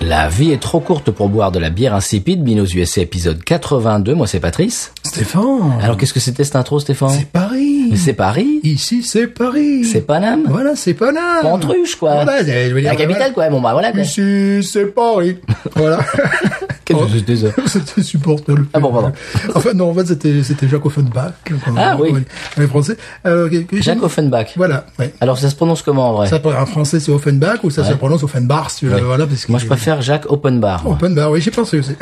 La vie est trop courte pour boire de la bière insipide, Binous USA épisode 82, moi c'est Patrice. Stéphane. Alors qu'est-ce que c'était cette intro Stéphane Ah C'est Paris. Mais C'est Paris Ici, c'est Paris. C'est Paname Voilà, c'est pas là. Montruche quoi Voilà, c'est- je veux dire, La capitale quoi, bon bah voilà quoi. voilà. Ici, c'est Paris. Voilà. Qu'est-ce que c'était ça C'était supportable. Ah bon, pardon. Enfin, non, en fait, c'était, c'était hein, Jacques Offenbach. quand- Ah oui. quand Les Français. Euh, que- que- Jacques Offenbach. Voilà, ouais. Alors ça se prononce comment en vrai Ça, pour un français, c'est Offenbach, ou ça se prononce Offenbach, si tu veux, Ouais. voilà, parce que. Moi, je préfère Jacques Openbar. moi. Offenbach, oui, j'ai pensé aussi.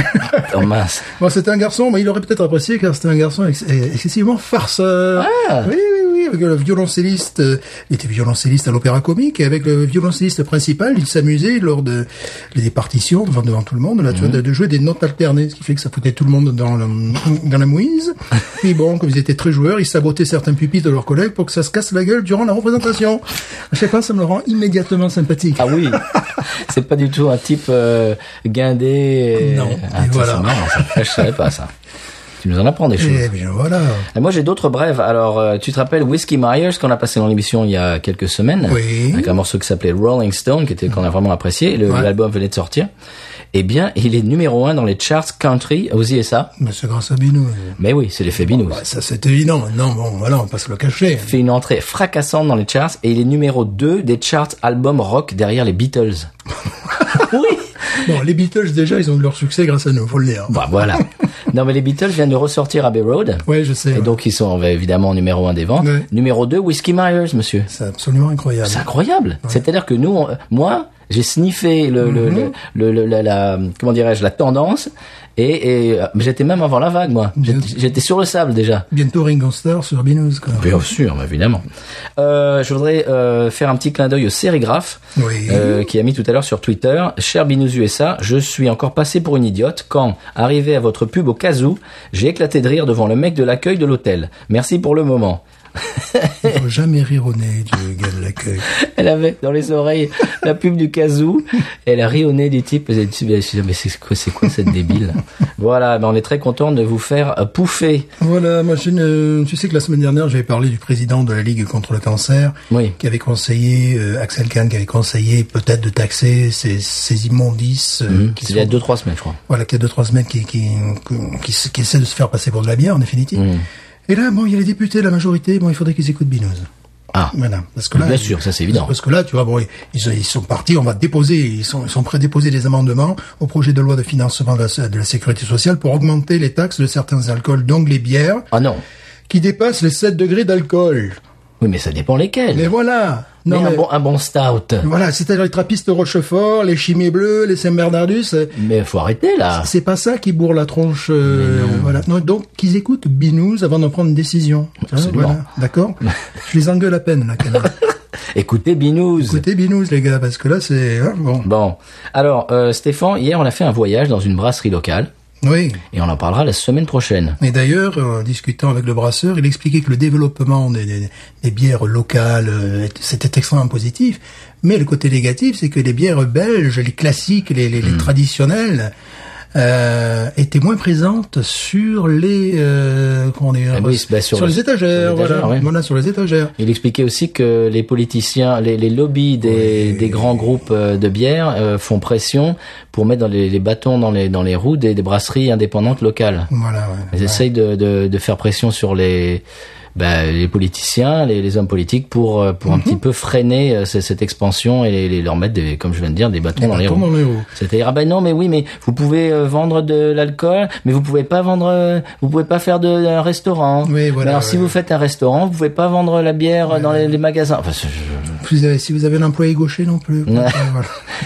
Oh mince. Bon, c'était un garçon, mais il aurait peut-être apprécié car c'était un garçon ex- eh, excessivement farceur. Oui, oui, oui, avec le violoncelliste, euh, il était violoncelliste à l'opéra comique, et avec le violoncelliste principal, il s'amusait lors de des partitions, devant, devant tout le monde, là, tu vois, de, de jouer des notes alternées, ce qui fait que ça foutait tout le monde dans, le- dans la mouise. Puis bon, comme ils étaient très joueurs, ils sabotaient certains pupitres de leurs collègues pour que ça se casse la gueule durant la représentation. Je sais pas, ça me le rend immédiatement sympathique. Ah oui. C'est pas du tout un type euh, guindé. et- Non, Ah, et tiens, voilà. c'est marrant, ça. Je savais pas ça. Tu nous en apprends des choses. Et Eh bien voilà. Et moi, j'ai d'autres brèves. Alors, euh, tu te rappelles Whiskey Myers qu'on a passé dans l'émission il y a quelques semaines Oui. Avec un morceau qui s'appelait Rolling Stone, qui était qu'on a vraiment apprécié. Le- Ouais. L'album venait de sortir. Eh bien, il est numéro un dans les charts country aux USA. Mais c'est grâce à Binou. Mais oui, c'est l'effet Binous. Bah, ça c'est évident. Non, bon, voilà, on passe le cacher. fait une entrée fracassante dans les charts et il est numéro 2 des charts album rock derrière les Beatles. oui Bon, les Beatles déjà, ils ont eu leur succès grâce à nous, faut le dire. Bah voilà. Non mais les Beatles viennent de ressortir Abbey Road. Ouais, je sais. Et ouais. donc ils sont euh, évidemment numéro 1 des ventes. Ouais. Numéro 2, Whiskey Myers, monsieur. C'est absolument incroyable. C'est incroyable. C'est-à-dire que nous, on- moi, j'ai sniffé le, le- Mhm. le- le- la, la- comment dirais-je, la tendance et, et, euh, j'étais même avant la vague, moi. J'étais- J'étais sur le sable déjà. Bientôt Ringo Starr sur Binous, quoi. Bien sûr, mais évidemment. Euh, je voudrais euh, faire un petit clin d'œil au sérigraphe Oui. euh, qui a mis tout à l'heure sur Twitter. Cher Binous USA, je suis encore passé pour une idiote quand, arrivé à votre pub au Kazoo, j'ai éclaté de rire devant le mec de l'accueil de l'hôtel. Merci pour le moment. Il faut jamais rire au nez du gars de l'accueil. Elle avait dans les oreilles la pub du Kazoo. Elle a ri au nez du type. Elle s'est dit, mais c'est quoi, c'est quoi cette débile Voilà, ben on est très content de vous faire euh, pouffer. Voilà, moi, je ne- tu sais que la semaine dernière, j'avais parlé du président de la Ligue contre le cancer, Oui. qui avait conseillé, euh, Axel Kahn, qui avait conseillé peut-être de taxer ces, ces immondices euh, qui Il y a sont- deux, trois semaines, je crois. voilà, qui a deux, trois semaines, qui, qui, qui, qui, essaie de se faire passer pour de la bière, en définitive. Mm. Et là, bon, il y a les députés, la majorité, bon, il faudrait qu'ils écoutent Binous. Ah. Voilà. Parce que là, Bien ils- sûr, ça, c'est évident. Parce que là, tu vois, bon, ils, ils sont partis, on va déposer, ils sont, ils sont prêts à déposer des amendements au projet de loi de financement de la, de la sécurité sociale pour augmenter les taxes de certains alcools, donc les bières, Ah non. qui dépassent les 7 degrés d'alcool. Oui, mais ça dépend lesquels. Mais voilà. Mais Non, un, mais- bon, un bon stout. Voilà, c'est-à-dire les trappistes Rochefort, les chimés bleus, les Saint-Bernardus, euh, Mais faut arrêter là. Ah, c'est pas ça qui bourre la tronche. euh, voilà. Non, donc qu'ils écoutent Binous avant d'en prendre une décision. Absolument. Voilà, D'accord. Je les engueule à peine là. quand même. Écoutez Binous. Écoutez Binous les gars, parce que là c'est hein, bon. Bon, alors euh, Stéphane, hier on a fait un voyage dans une brasserie locale Oui. et on en parlera la semaine prochaine. Et d'ailleurs, euh, en discutant avec le brasseur, il expliquait que le développement des, des- des bières locales, euh, est- c'était extrêmement positif. Mais le côté négatif, c'est que les bières belges, les classiques, les, Hmm. les- les traditionnelles, euh, étaient moins présentes sur les euh, comment dire, Ah oui, bah, sur le- les étagères, sur les étagères, voilà, ouais. Voilà, sur les étagères. Il expliquait aussi que les politiciens, les, les lobbies des, des grands groupes euh, de bière euh, font pression pour mettre dans les, les bâtons dans les, dans les roues des, des brasseries indépendantes locales. Voilà. ouais. Ils essayent de, de, de faire pression sur les, bah, les politiciens, les, les hommes politiques pour, euh, Mhm. pour un petit peu freiner euh, ce- cette expansion et les, les- leur mettre, des, comme je viens de dire, des bâtons Des dans les bâtons roues. dans les roues. C'est-à-dire, ah ben non, mais oui, mais vous pouvez euh, vendre de l'alcool, mais vous pouvez pas vendre, euh, vous pouvez pas faire de, un restaurant. Oui, Mais voilà, alors, si ouais. vous faites un restaurant, vous pouvez pas vendre la bière euh, dans les, les magasins. Enfin, c'est- je- je- vous avez, si vous avez un employé gaucher non plus. Ouais. Voilà.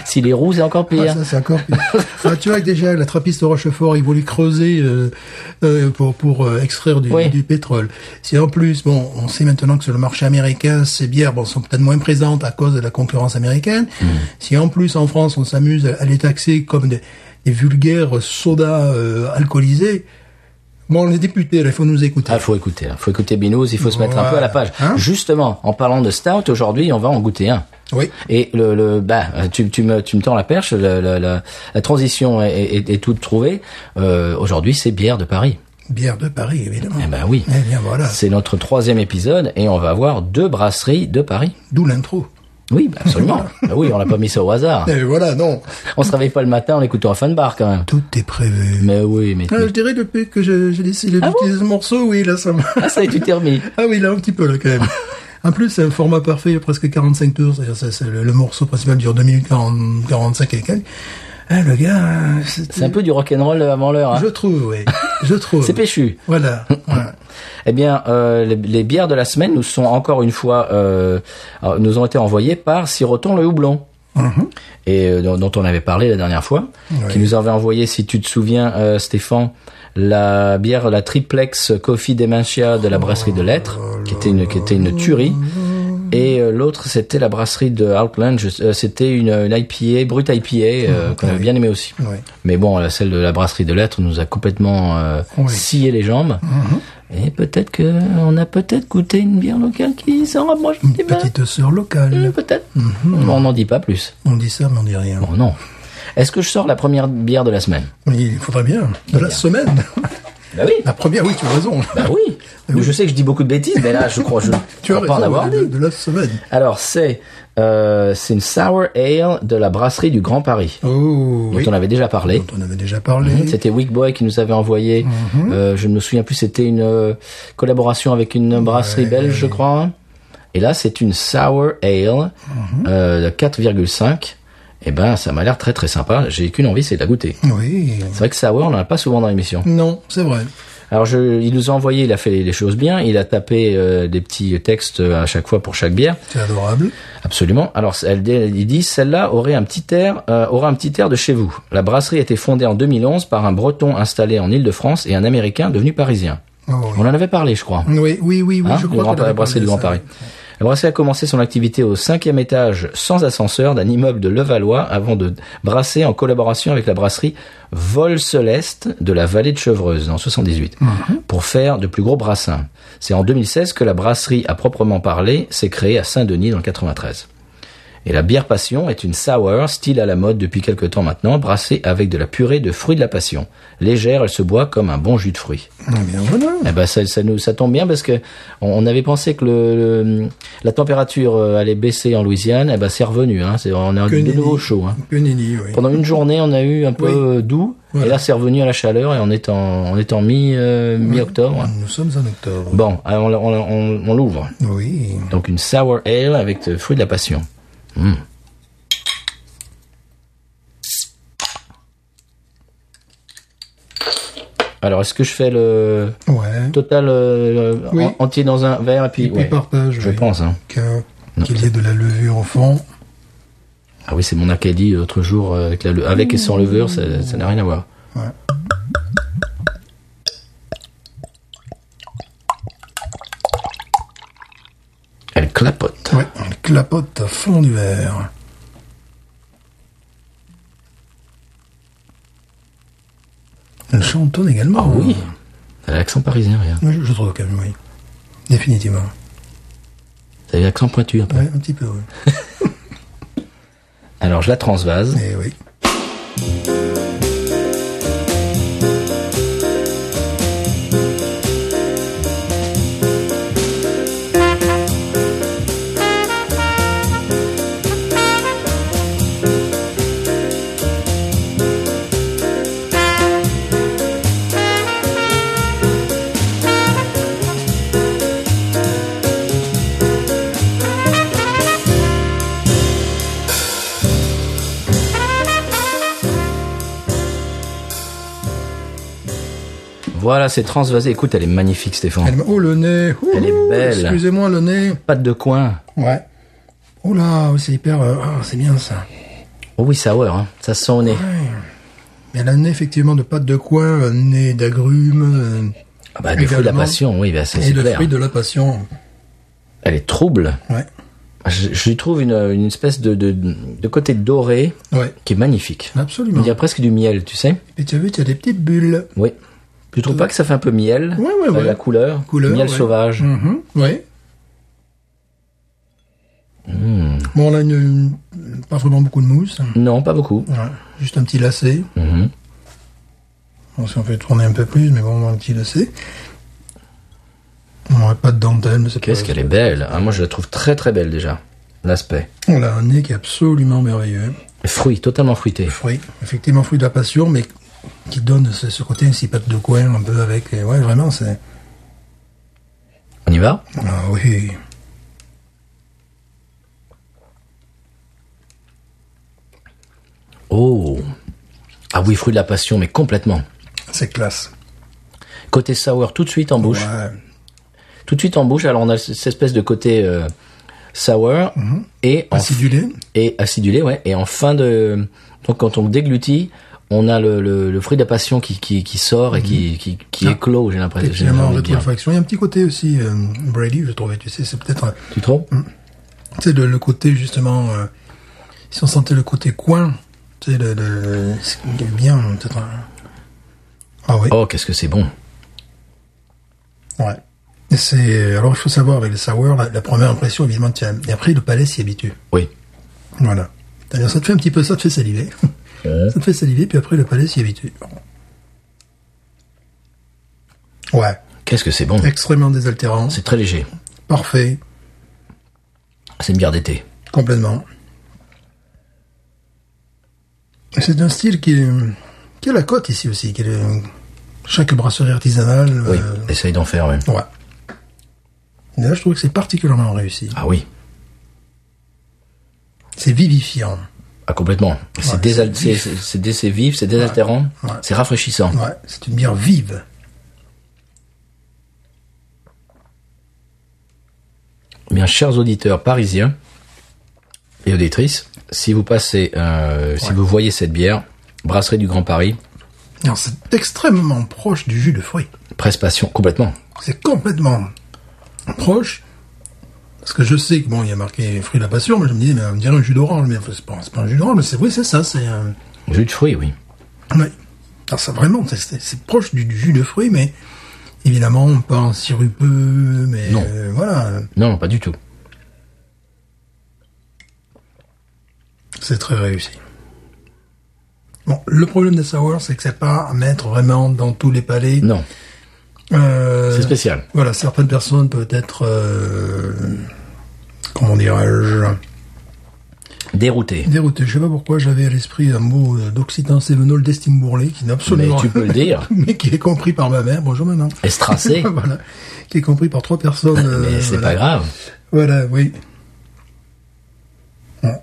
Si les roues, c'est encore Ah, pire. ça, c'est encore pire. Ah, tu vois que déjà, la trappiste au Rochefort, ils voulaient creuser euh, euh, pour, pour euh, extraire du, Oui. du pétrole. Si en plus, bon, on sait maintenant que sur le marché américain, ces bières bon, sont peut-être moins présentes à cause de la concurrence américaine. Mm. Si en plus, en France, on s'amuse à, à les taxer comme des, des vulgaires sodas euh, alcoolisés, bon, les députés, là, il faut nous écouter. Ah, faut écouter, hein. faut écouter Binous, il faut se mettre un peu à la page. Hein Justement, en parlant de stout, aujourd'hui, on va en goûter un. Oui. Et le, le bah, tu, tu me, tu me tends la perche, le- le- la, la transition est, est, est toute trouvée. Euh, aujourd'hui, c'est bière de Paris. Bière de Paris, évidemment. Eh ben oui. Eh bien, voilà. C'est notre troisième épisode et on va avoir deux brasseries de Paris. D'où l'intro. Oui, bah, absolument. Bah oui, on n'a pas mis ça au hasard. Et voilà, non. On se réveille pas le matin en écoutant un fan bar quand même. Tout est prévu. Mais oui, mais Ah, je dirais depuis que je- j'ai décidé d'utiliser ce morceau, oui, là, ça m'a... ah, ça y est, tu t'es remis. Ah oui, là, un petit peu, là, quand même. En plus, c'est un format parfait, il y a presque 45 tours, c'est-à-dire, ça, c'est le, le morceau principal dure 2 minutes 40, 45 et quelques. Ah, le gars, c'est... C'est un peu du rock'n'roll avant l'heure. hein. Je trouve, oui. Je trouve. C'est péchu. Voilà. voilà. Eh bien, euh, les, les bières de la semaine nous sont encore une fois, euh, alors, nous ont été envoyées par Siroton le Houblon. Et euh, dont, dont on avait parlé la dernière fois, Oui. qui nous avait envoyé, si tu te souviens, euh, Stéphane, la bière, la triplex Coffee Dementia de la brasserie de Lettres, qui était une, qui était une tuerie. Mm-hmm. Et euh, l'autre, c'était la brasserie de Outland. je- euh, c'était une, une IPA, brute IPA, euh, Ah, qu'on avait bien aimé aussi. Oui. Mais bon, la- celle de la brasserie de lettres nous a complètement euh, Oui. Mhm. scié les jambes. Et peut-être que on a peut-être goûté une bière locale qui s'en rapproche un petit peu. Petite Mhm. sœur locale. Hmm, Peut-être. On n'en dit pas plus. On dit ça, mais on dit rien. Bon, non. Est-ce que je sors la première bière de la semaine Il faudrait bien. De la semaine. Bah oui. La première, oui, tu as raison. Bah oui. Je sais que je dis beaucoup de bêtises, mais là, je crois je Ah Tu as crois pas en raison, avoir de, dit. de la semaine. Alors, c'est euh, c'est une sour ale de la brasserie du Grand Paris, Oh, oui. dont on avait déjà parlé. On avait déjà parlé. Mhm. C'était Weak Boy qui nous avait envoyé. euh, je ne me souviens plus, c'était une euh, collaboration avec une brasserie belge, je crois. hein. Et là, c'est une Sour Mhm. Ale euh, de 4,5. Eh ben, ça m'a l'air très très sympa. J'ai qu'une envie, c'est de la goûter. Oui. C'est vrai que Sour, on n'en a pas souvent dans l'émission. Non, c'est vrai. Alors, je, il nous a envoyé, il a fait les choses bien. Il a tapé euh, des petits textes euh, à chaque fois pour chaque bière. C'est adorable. Absolument. Alors, elle, dé- il dit, celle-là aurait un petit air, euh, aura un petit air de chez vous. La brasserie a été fondée en 2011 par un Breton installé en Île-de-France et un Américain devenu parisien. Oh, oui. On en avait parlé, je crois. Oui, oui, oui, oui Hein, je du crois Grand- qu'on avait la brasserie du parlé de Grand ça. Paris. La brasserie a commencé son activité au cinquième étage sans ascenseur d'un immeuble de Levallois avant de brasser en collaboration avec la brasserie Vol Celeste de la vallée de Chevreuse en 78 Mhm. pour faire de plus gros brassins. C'est en 2016 que la brasserie à proprement parler s'est créée à Saint-Denis dans le 93. Et la bière passion est une sour, style à la mode depuis quelque temps maintenant, brassée avec de la purée de fruits de la passion. Légère, elle se boit comme un bon jus de fruits. Eh bien, voilà. Eh ben ça, ça nous ça tombe bien parce que on- on avait pensé que le, le- la température euh, allait baisser en Louisiane, eh ben c'est revenu hein, c'est on a de Que nenni. nouveau chaud hein. Que nenni, oui. Pendant une journée, on a eu un peu Oui. euh, doux Voilà. et là c'est revenu à la chaleur et on est en on est en mi euh, mi-octobre. hein. Nous sommes en octobre. Bon, alors, on, on, on- on l'ouvre. Oui. Donc une sour ale avec euh, fruit de la passion. Mm. Alors, est-ce que je fais le Ouais. total euh, Oui. en- entier dans un verre et puis, Et puis ouais, partage. je oui. pense hein. Que- Qu'il y ait de la levure au fond. ah oui c'est mon acadie l'autre jour euh, avec, la le- avec et sans levure ça ça n'a rien à voir Ouais. elle clapote Ouais. On le clapote à fond du verre. Elle chantonne également. ah oui elle a l'accent parisien regarde Oui, Je, je trouve quand même, oui. Définitivement. elle a l'accent pointu hein. un peu. Ouais, un petit peu, oui. alors je la transvase Eh oui. voilà c'est transvasé écoute elle est magnifique Stéphane Elle m'a- Oh, le nez. Elle est Ouhou, belle. Excusez-moi, le nez. patte de coin Ouais. Oh là, c'est hyper. euh, ah, c'est bien ça. Oh oui, sour, hein. ça sent au nez. Mais elle a un nez effectivement de pâte de coin, un nez d'agrumes euh, Ah bah, le fruit de la Également. passion, oui, bah, c'est et c'est le clair. fruit de la passion. Elle est trouble. Ouais, Je, je lui trouve une, une espèce de, de, de côté doré ouais, qui est magnifique. absolument. Il y a presque du miel, tu sais Et tu as vu, tu as des petites bulles. Oui. Tu trouves pas que ça fait un peu miel Ouais, ouais, euh, ouais. La couleur, Couleur, miel ouais. sauvage. Mhm, ouais. Hmm. Bon, on a une, une- pas vraiment beaucoup de mousse. Non, pas beaucoup. Ouais, juste un petit lacet. Mhm. Bon, si on peut tourner un peu plus, mais bon, un petit lacet. On n'aurait pas de dentelle, mais c'est Qu'est-ce pas... qu'elle est belle Ah, Moi, je la trouve très très belle déjà. L'aspect. On a un nez qui est absolument merveilleux. Fruit, totalement fruité. Fruit, effectivement, fruit de la passion, mais qui donne ce, ce côté ainsi pâte de coin un peu avec. et ouais, vraiment, c'est. On y va Ah oui. Oh Ah oui, fruit de la passion, mais complètement. C'est classe. Côté sour tout de suite en bouche. Ouais. Tout de suite en bouche, alors on a c- cette espèce de côté euh, sour Mm-hmm. et, en, Acidulé. et acidulé, ouais. Et en fin de... Donc quand on déglutit, on a le, le- le fruit de la passion qui, qui, qui sort et Mhm. qui, qui, Ah. qui éclot, j'ai Et l'impression. j'ai finalement, en envie de dire. rétro-réfraction. Il y a un petit côté aussi, euh, Brady, je trouvais, tu sais, c'est peut-être. euh, Tu trouves Tu sais, le, le côté, justement. euh, si on sentait le côté coin, tu sais, le. le- ce qui est bien, peut-être. euh, Ah oui. Oh, qu'est-ce que c'est bon Oh. Ouais. Et c'est. Alors, il faut savoir, avec les sour, la, la première impression, évidemment, tu as. Et après, le palais s'y habitue. Oui. Voilà. C'est-à-dire, ça te fait un petit peu ça, te fait saliver. ça te fait saliver, puis après, le palais s'y habitue. Ouais. Qu'est-ce que c'est bon Extrêmement désaltérant. C'est très léger. Parfait. C'est une bière d'été. Complètement. C'est un style qui, est- qui a la cote ici aussi. Qui est- chaque brasserie artisanale. Oui, euh, essaye d'en faire, ouais. ouais. Et là, je trouve que c'est particulièrement réussi. Ah oui, C'est vivifiant. ah, complètement. C'est Ouais, désal- c'est c'est- c'est- c'est dé- c'est vif, c'est désaltérant, Ouais. c'est rafraîchissant. Ouais, c'est une bière vive. Bien, chers auditeurs parisiens et auditrices, si vous passez, euh, si vous voyez cette bière, Brasserie du Grand Paris, Alors, c'est extrêmement proche du jus de fruits. Presse Passion, complètement. C'est complètement proche. Parce que je sais que bon, il y a marqué fruit de la passion, mais je me disais, mais on dirait un jus d'orange, mais enfin, c'est pas, c'est pas un jus d'orange, mais c'est oui, c'est ça, c'est. euh, Jus de fruits, oui. oui. Alors ça vraiment, c'est- c'est c'est proche du, du jus de fruits, mais évidemment pas en sirupeux, mais Non. euh, voilà, Non, non, pas du tout. c'est très réussi. Bon, le problème des sour, c'est que c'est pas à mettre vraiment dans tous les palais. Non, Euh, c'est spécial. Voilà, certaines personnes peuvent être, euh, comment dirais-je, Dérouté. déroutées. Je sais pas pourquoi j'avais à l'esprit un mot euh, d'occitan sévenol d'estime bourlée qui n'a Mais absolument tu peux le dire. mais qui est compris par ma mère. Bonjour maman. Estracé. voilà, qui est compris par trois personnes. Ah, Mais euh, c'est voilà. pas grave. Voilà, oui. Bon,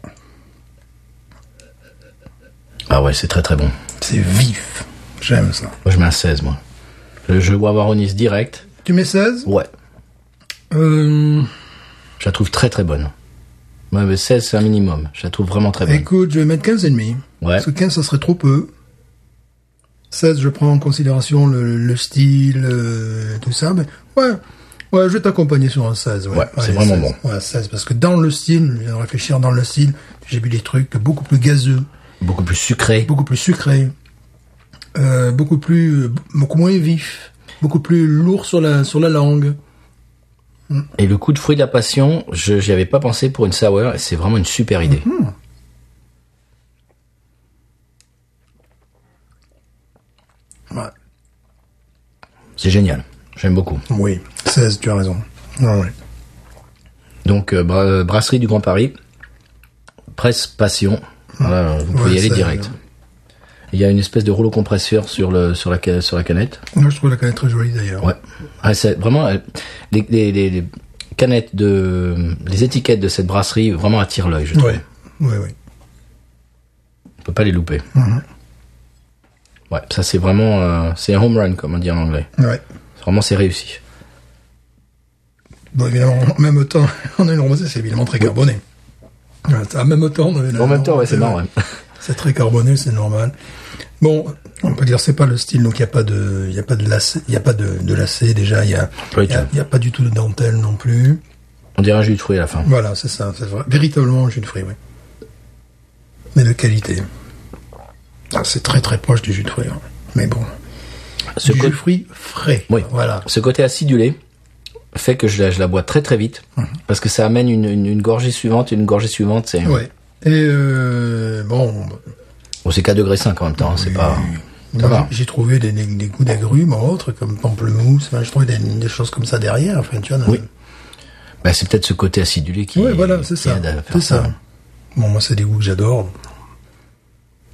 Ah ouais, c'est très très bon. C'est vif. J'aime ça. Moi, je mets un 16, moi. Je, je vois Varonis direct. Tu mets 16 Ouais. euh, Je la trouve très très bonne. Ouais, mais 16, c'est un minimum. Je la trouve vraiment très bonne. Bah, Écoute, je vais mettre 15 et demi. Ouais. Parce que 15, ça serait trop peu. 16, je prends en considération le, le style, euh, tout ça. Mais ouais, ouais, je vais t'accompagner sur un 16. Ouais, Ouais, c'est Allez, vraiment 16. Ouais, 16, parce que dans le style, je viens de réfléchir dans le style, j'ai bu des trucs beaucoup plus gazeux, Beaucoup plus sucré. beaucoup plus sucrés, euh, beaucoup plus, beaucoup moins vifs, beaucoup plus lourds sur la, sur la langue. Et le coup de fruit de la passion, je j'y avais pas pensé pour une sour. et C'est vraiment une super idée. Mhm. Ouais. C'est génial. J'aime beaucoup. Oui, 16, tu as raison. Ouais, ouais. Donc, euh, bra- euh, Brasserie du Grand Paris, Presse Passion. Voilà, vous pouvez Ouais, y aller ça, direct. ouais. Il y a une espèce de rouleau compresseur sur, le, sur, la, ca- sur la canette. Moi, je trouve la canette très jolie d'ailleurs. Ouais. Ah, c'est vraiment, euh, les, les- les- les canettes de. Les étiquettes de cette brasserie vraiment attirent l'œil, je trouve. Ouais, ouais, ouais. On peut pas les louper. Mhm. Ouais, ça c'est vraiment. euh, c'est un home run, comme on dit en anglais. ouais. Vraiment, c'est réussi. Bon, évidemment, en même temps, on a une rosée, c'est évidemment très carboné. En même temps, on avait la- En même temps, ouais, c'est euh, marrant. ouais. C'est très carboné, c'est normal. Bon, on peut dire c'est pas le style, donc il y a pas de, il y a pas de lacet, il y a pas de, de lacet déjà, il y a, Oui, il y a- tiens. il y a pas du tout de dentelle non plus. On dirait un jus de fruits à la fin. Voilà, c'est ça, c'est vrai. Véritablement un jus de fruits, oui. Mais de qualité. Ah, c'est très très proche du jus de fruits. hein. Mais bon, Ce, du jus co- de fruits frais. Oui. Voilà. ce côté acidulé fait que je la, je la bois très très vite Mhm. parce que ça amène une, une, une gorgée suivante, une gorgée suivante. C'est Ouais. Et euh, bon, bon, c'est 4 degrés 5 en même temps. hein, C'est pas. Ça moi, va. j'ai j'ai trouvé des, des, des goûts d'agrumes en autres, comme pamplemousse. Enfin, je trouvais des, des choses comme ça derrière. Enfin, tu vois, Oui. Bah, c'est peut-être ce côté acidulé qui. Ouais, voilà, c'est qui ça. aide à faire C'est ça. Bon, moi, c'est des goûts que j'adore.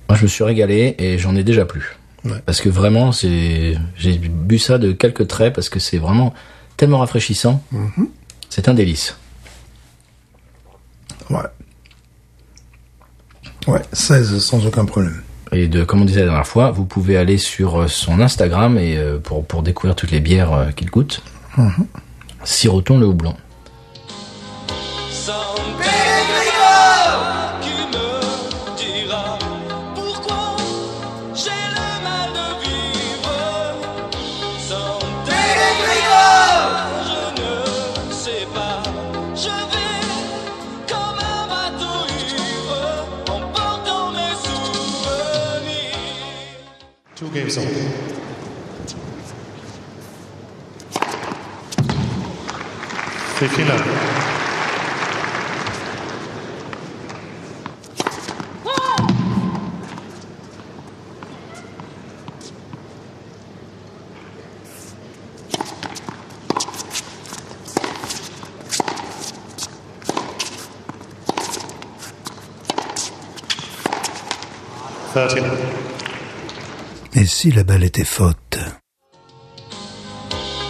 Moi, je me suis régalé et j'en ai déjà plus. Ouais. Parce que vraiment, c'est, j'ai bu ça de quelques traits parce que c'est vraiment tellement rafraîchissant. Mhm. C'est un délice. Ouais. Ouais, 16 sans aucun problème. Et de, comme on disait la dernière fois, vous pouvez aller sur euh, son Instagram et euh, pour, pour découvrir toutes les bières euh, qu'il goûte. Mhm. Sirotons le houblon. Sans bégrillard qui me dira pourquoi j'ai le mal de vivre. Sans bégrillard, je ne sais pas. Je vais comme un bateau ivre en portant mes souvenirs. Two games old. Fifteen up. Thirteen up. Et si la balle était faute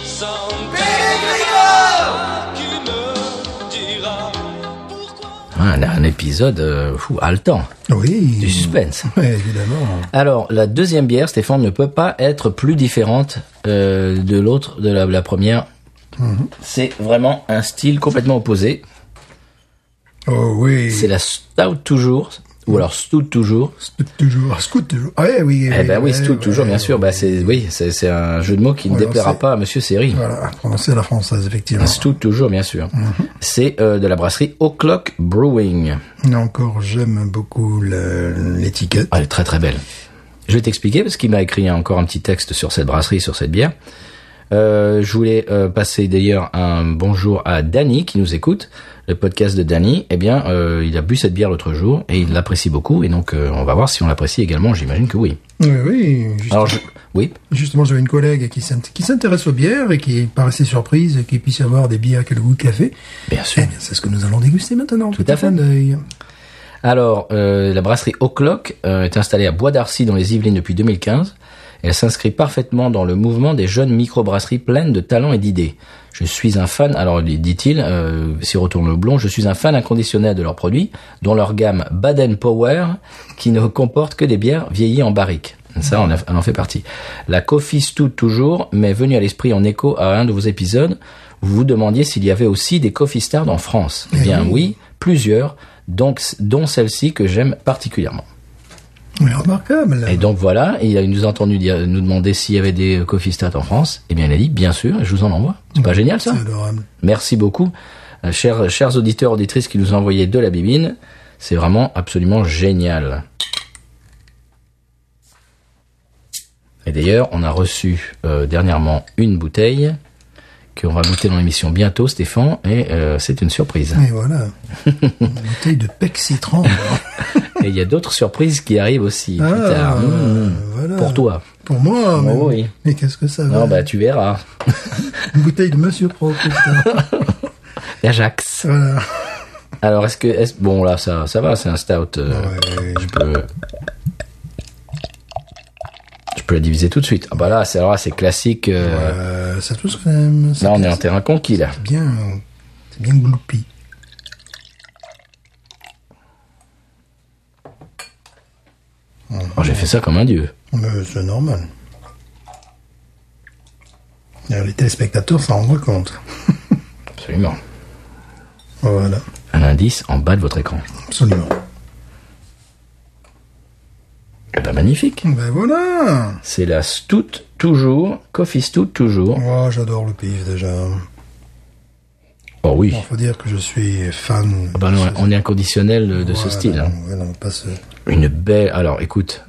Sans bégrillard qui me dira pourquoi. Ah, là, un épisode euh, fou, haletant, Oui. du suspense. Ouais, évidemment. Alors, la deuxième bière, Stéphane, ne peut pas être plus différente euh, de l'autre, de la, la première. Hmm. C'est vraiment un style complètement opposé. Oh oui. C'est la stout toujours, Hmm. ou alors stout toujours. Scoot toujours. Scoot toujours. Ah ouais, oui, oui. eh ben oui, ouais, stout ouais, toujours, bien ouais. sûr. Bah c'est oui, c'est c'est un jeu de mots qui ne Ouais, déplaira c'est- pas à Monsieur Seri. Voilà, Hmm. prononcé à la française, effectivement. Stout toujours, bien sûr. C'est euh, de la brasserie O'Clock Brewing. Et encore, j'aime beaucoup le- l'étiquette. Ah, Elle est très très belle. Je vais t'expliquer parce qu'il m'a écrit encore un petit texte sur cette brasserie, sur cette bière. Euh, je voulais euh, passer d'ailleurs un bonjour à Danny qui nous écoute. Le podcast de Danny, eh bien, euh, il a bu cette bière l'autre jour et il l'apprécie beaucoup. Et donc, euh, on va voir si on l'apprécie également. J'imagine que oui. Oui, oui. juste- Alors, je... oui. Justement, j'avais une collègue qui s'int- qui s'intéresse aux bières et qui paraissait surprise qu'il puisse y avoir des bières qui ont le goût de café. Bien Eh sûr. bien, c'est ce que nous allons déguster maintenant. Tout à fait. d'œil. Alors, euh, la brasserie O'Clock euh, est installée à Bois d'Arcy dans les Yvelines depuis 2015. Elle s'inscrit parfaitement dans le mouvement des jeunes microbrasseries pleines de talents et d'idées. Je suis un fan, alors dit-il, euh, s'y retourne le blond, je suis un fan inconditionnel de leurs produits, dont leur gamme Baden Power, qui ne comporte que des bières vieillies en barrique. Ça, on, a- on en fait partie. La Coffee Stout toujours m'est venue à l'esprit en écho à un de vos épisodes. Vous vous demandiez s'il y avait aussi des Coffee Stars en France. Eh bien oui, plusieurs, donc, dont celle-ci que j'aime particulièrement. Mais remarquable. Et donc voilà, et il a- il nous a entendu dire- nous demander s'il y avait des euh, coffee stats en France. Eh bien, il a dit, bien sûr, je vous en envoie. C'est pas génial C'est ça adorable. Merci beaucoup, euh, chers, chers auditeurs, auditrices qui nous envoyaient de la bibine. C'est vraiment absolument génial. Et d'ailleurs, on a reçu euh, dernièrement une bouteille qu'on va goûter dans l'émission bientôt, Stéphane, et euh, c'est une surprise. Et voilà. une bouteille de pec citron. Et il y a d'autres surprises qui arrivent aussi Ah, plus tard. Mmh. voilà. Pour toi. Pour moi, mais, Oh oui. mais qu'est-ce que ça va Non, bah tu verras. Une bouteille de Monsieur Pro. putain. Euh, L'Ajax. voilà. Alors, est-ce que. est-ce- bon, là, ça, ça va, c'est un stout. euh, Ouais. Je peux. Je peux la diviser tout de suite. Ah, bah là, c'est, alors là, c'est classique. euh, Euh, ça tousse quand même. Là, on est en terrain conquis, là. C'est bien, euh, c'est bien gloupi. Oh, j'ai fait ça comme un dieu. Mais Euh, c'est normal. Euh, D'ailleurs, Les téléspectateurs s'en rendent compte. Absolument. Voilà. Un Un indice en bas de votre écran. Absolument. Eh ben, magnifique. Ben voilà C'est la Stout toujours, Coffee Stout toujours. Moi, j'adore le pif déjà. Oh oui. Bon, faut dire que je suis fan. Ah ben, on- on est inconditionnel de de ce Voilà, style. hein. voilà, pas ce- Une belle. Alors, écoute.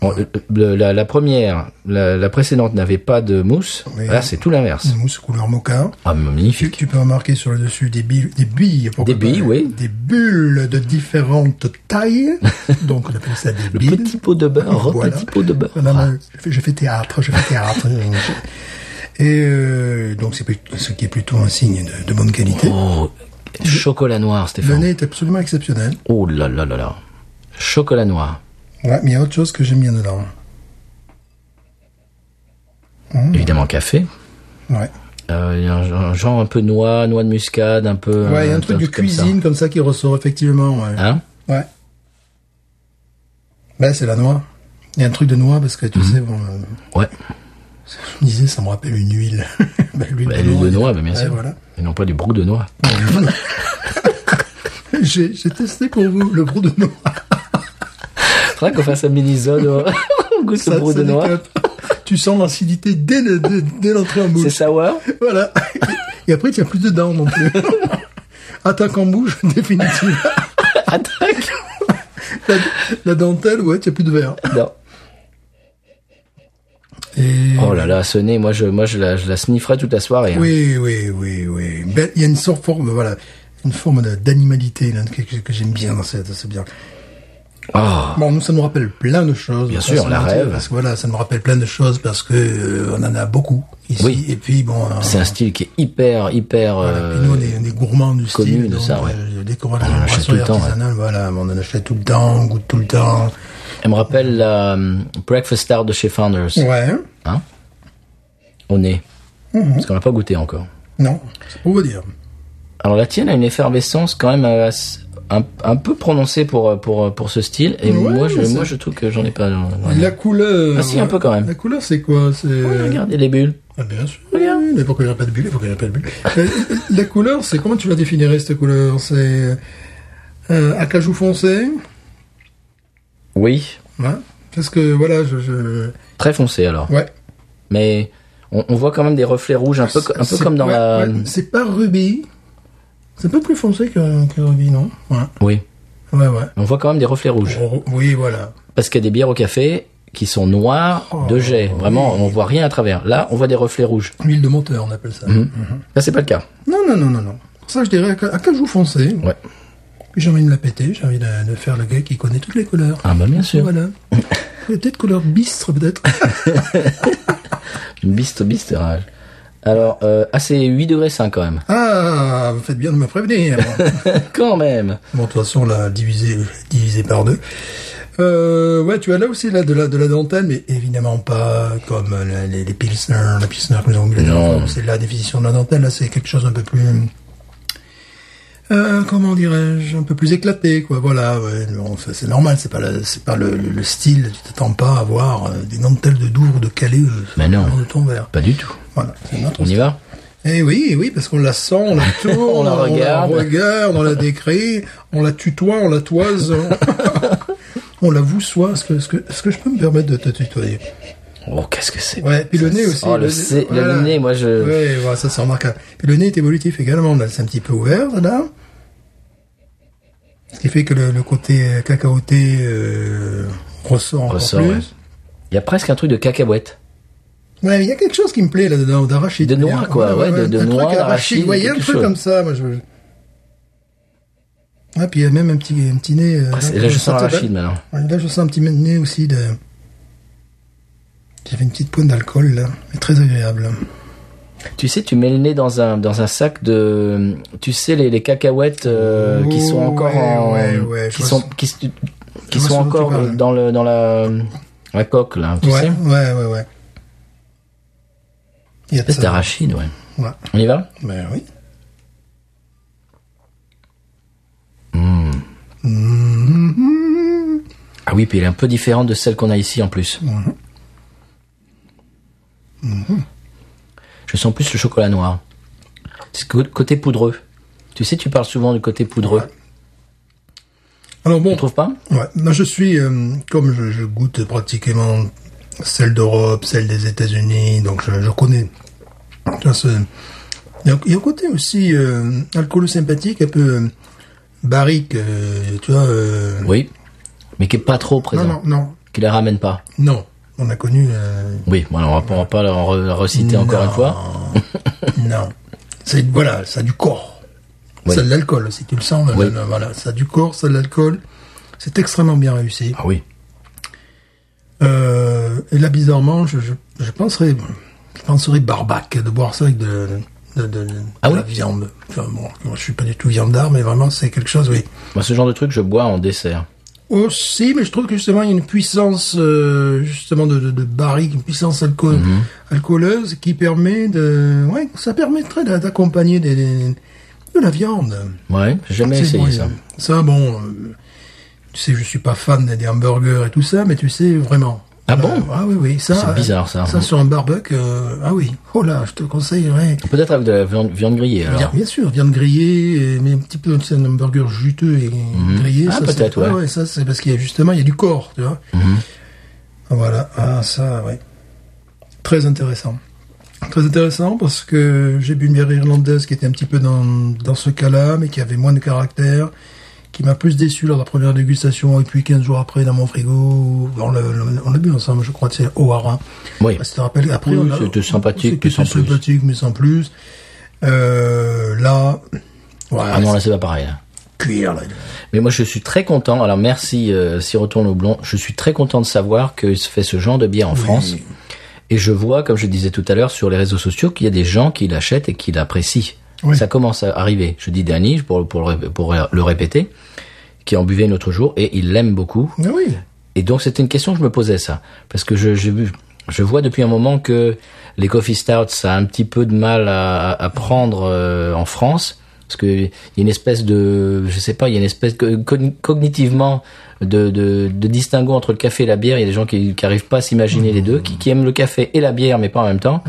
on- euh, le- la, la première, la, la précédente n'avait pas de mousse. Oui. Là, c'est tout l'inverse. mousse couleur mocha. Ah, Tu, magnifique. tu peux remarquer sur le dessus des billes, des billes, pourquoi Des billes, pas, oui. Des bulles de différentes tailles. Donc, on appelle ça des Le billes. petit pot de beurre, Voilà. petit pot de beurre. Non, non, je, fais, je fais théâtre, je fais théâtre. Et euh, donc, c'est plutôt- ce qui est plutôt un signe de, de bonne qualité. Oh, chocolat noir, Le Stéphane. nez est absolument exceptionnel. Oh là là là là. Chocolat noir. Ouais, mais il y a autre chose que j'aime bien dedans. Mmh. Évidemment, café. Ouais. Euh, Il y a un, un genre un peu noix, noix de muscade, Euh, un peu. Ouais, il y a un truc de comme ça. cuisine comme ça qui ressort effectivement. Ouais. Hein Ouais. Ben, c'est la noix. Il y a un truc de noix parce que tu Mhm. sais, bon, euh, Ouais. je me disais, ça me rappelle une huile. Ben, l'huile Bah, l'huile de noix, bah, bien Ouais, sûr. voilà. Et non pas du brou de noix. J'ai j'ai testé pour vous le brou de noix. Faudra qu'on fasse un mini-zone au, au goût de Ça, brou ça de noix. décape. Tu sens l'acidité dès le- dès- dès l'entrée en C'est bouche. sour Voilà. Et après, tu as plus de dents non plus. Attaque en bouche, définitive. Ah, Attaque La, la dentelle, ouais, tu as plus de verre. Non. Et... Oh là là, ce nez, moi je, moi, je, la, je la snifferais toute la soirée. hein. Oui, oui, oui, oui. Belle- Il y a une sorte de forme, voilà, une forme de- d'animalité là, que, que- que j'aime bien dans cette, c'est bien. Oh, Bon, nous, ça nous rappelle plein de choses. Bien Pas sûr, la seulement, rêve. Parce que voilà, ça nous rappelle plein de choses parce que euh, on en a beaucoup ici. Oui. Et puis bon, euh, c'est un style qui est hyper, hyper. voilà, puis euh, nous, on est, on est gourmands du connu style. de donc, ça, ouais. euh, des courants en achète tout le temps, artisanales, voilà, on en achète tout le temps, on goûte tout le temps. Elle me rappelle la euh, Breakfast Star de chez Founders. Ouais. Hein Au nez. Mhm. Parce qu'on l'a pas goûté encore. Non, c'est pour vous dire. Alors la tienne a une effervescence quand même euh, ass- un, un peu prononcée pour, euh, pour, euh, pour ce style. Et Ouais, moi, je, mais ça- moi je trouve que j'en ai pas. j'en- j'en ai- La couleur. Ah si, un peu quand même. La couleur, c'est quoi C'est Ouais, Regardez les bulles. Ah, bien sûr. Mais pourquoi il n'y a pas de bulle Pourquoi il n'y a pas de bulle Euh, La couleur, c'est comment tu la définirais cette couleur C'est euh, acajou foncé. Oui, Ouais. Parce que voilà, je, je... très foncé alors. ouais. Mais on, on voit quand même des reflets rouges, un peu, co- un peu C'est- comme dans ouais, la. ouais. C'est pas rubis. C'est pas plus foncé que, que rubis, non Ouais. Oui, Ouais, ouais. on voit quand même des reflets rouges. Oh, oui, voilà. Parce qu'il y a des bières au café qui sont noires Oh. de jet. Vraiment, on voit rien à travers. Là, on voit des reflets rouges. L'huile de moteur, on appelle ça. Mhm. Là, c'est pas le cas. Non, non, non, non, non. Ça, je dirais aca- acajou foncé. Ouais. J'ai envie de la péter. J'ai envie de, de faire le gars qui connaît toutes les couleurs. Ah bah bien sûr. Voilà. peut-être couleur bistre, peut-être. Biste, biste, rage. Alors, euh, ah, c'est 8 degrés 5 quand même. Ah, vous faites bien de me prévenir. quand même bon, de toute façon, là, divisé, divisé par deux. Euh, ouais, tu as là aussi là, de, la, de la dentelle, mais évidemment pas comme euh, la- les, les pilsner, la pilsner que nous avons mis la dernière Non. fois. C'est la définition de la dentelle, là, c'est quelque chose un peu plus... Euh, comment dirais-je, un peu plus éclaté, quoi. Voilà, ouais, bon, ça, c'est normal, c'est pas, la- c'est pas le, le- le style. Tu t'attends pas à voir euh, des dentelles de Douvres, de Calais, euh, Mais non. de ton verre. Pas du tout. Voilà, c'est notre On y va eh oui, oui, parce qu'on la sent, on la tourne, On la regarde. on la, regarde, on la décrit, on la tutoie, on la toise, on, on la voussoie. Est-ce que, est-ce que, est-ce que je peux me permettre de te tutoyer Oh, qu'est-ce que c'est Ouais, puis le nez aussi. Oh, le, nez, c'est- le voilà. nez, moi, je... Ouais, voilà, ça c'est remarquable. Puis le nez est évolutif également, là, c'est un petit peu ouvert, là. Ce qui fait que le, le côté euh, cacaoté euh, ressort encore Ressort, plus. ouais. Il y a presque un truc de cacahuète. Ouais, mais il y a quelque chose qui me plaît là-dedans, d'arachide. De noix, Ouais, quoi, ouais, de- de un truc noix, arachide. d'arachide, Ouais, il y a un quelque truc chose. comme ça, moi, je... Ah, puis il y a même un petit, un petit nez... euh, Ah, c'est- là, je sens sentais- l'arachide maintenant. Ouais, Là, je sens un petit nez aussi de... J'avais une petite pointe d'alcool, là, mais très agréable. Tu sais, tu mets le nez dans un, dans un sac de. Tu sais, les, les cacahuètes euh, qui sont Ouais, encore en. ouais, ouais, qui je vois sont, ce- qui, se- qui vois ce sont dont tu encore parles. dans, le, dans la, la coque, là. Tu ouais, sais ouais, ouais, ouais. Il y a de Espèce ça. d'arachide, ouais. Ouais. On y va Ben oui. Ah oui, puis elle est un peu différente de celle qu'on a ici en plus. Mhm. Je sens plus le chocolat noir. C'est ce cô- côté poudreux. Tu sais, tu parles souvent du côté poudreux. Alors Tu bon, trouves pas ouais, moi je suis, euh, comme je, je goûte pratiquement celle d'Europe, celle des États-Unis, donc je, je connais. Tu vois, ce- Il y a- il y a un côté aussi euh, alcoolo sympathique, un peu euh, barrique, euh, tu vois. euh, Oui. Mais qui est pas trop non, présent. non, non, Qui les ramène pas. non. On a connu. euh, Oui, bon, alors on va pas- on va pas la re- la reciter encore Non. une fois. non. C'est voilà, ça a du corps. Oui. Ça a de l'alcool. Si tu le sens, euh, Oui. voilà, ça a du corps, ça a de l'alcool. C'est extrêmement bien réussi. Ah oui. Euh, et là, bizarrement, je, je, je penserais, je penserais barbac de boire ça avec de, de, de, de Ah la oui viande. Enfin, bon, moi, je suis pas du tout viandard, mais vraiment, c'est quelque chose, oui. Moi, ce genre de truc, je bois en dessert. Aussi, mais je trouve que justement, il y a une puissance, euh, justement, de, de, de barrique, une puissance alco Mhm. alcooleuse qui permet de, ouais, ça permettrait d'a- d'accompagner des, des- de la viande. Ouais, j'ai jamais C'est essayé bon, ça. Ça, bon, euh, tu sais, je suis pas fan des, des hamburgers et tout ça, mais tu sais, vraiment. Ah Là, bon Ah oui, oui. ça, C'est euh, bizarre, ça. Ça, sur un barbecue, euh, ah oui. Oh là, je te conseillerais. Peut-être avec de la viande, viande grillée, alors. Bien, bien sûr, viande grillée, et- mais un petit peu, c'est un hamburger juteux et grillé. Ah, ça, peut-être, c'est- ouais. Mhm. ça, c'est parce qu'il y a justement, il y a du corps, tu vois. Voilà. Ah, ça, ouais. Très intéressant. Très intéressant parce que j'ai bu une bière irlandaise qui était un petit peu dans, dans ce cas-là, mais qui avait moins de caractère, qui m'a plus déçu lors de la première dégustation, et puis 15 jours après dans mon frigo, on l'a, on l'a bu ensemble, je crois, c'est O'Hara. Oui. Bah, si tu te rappelles, après, Oui, on a- c'était sympathique, c'était mais sans plus. sympathique, mais sans plus. Euh, là, ouais, Ah non, là, c'est pas pareil. là. c'est cuir, là. Mais moi, je suis très content. Alors, merci, euh, Siroton Loublon. Je suis très content de savoir qu'il se fait ce genre de bière en France. Et je vois, comme je disais tout à l'heure, sur les réseaux sociaux, qu'il y a des gens qui l'achètent et qui l'apprécient. Oui. Ça commence à arriver. Je dis Dany, pour, pour, le- pour le répéter, qui en buvait l'autre jour et il l'aime beaucoup. Ah oui. Et donc c'était une question que je me posais ça, parce que je, je, je vois depuis un moment que les coffee stouts ça a un petit peu de mal à, à prendre euh, en France, parce que il y a une espèce de, je sais pas, il y a une espèce que- cogn- cognitivement de, de, de distinguo entre le café et la bière. Il y a des gens qui n'arrivent pas à s'imaginer les deux, qui, qui aiment le café et la bière mais pas en même temps.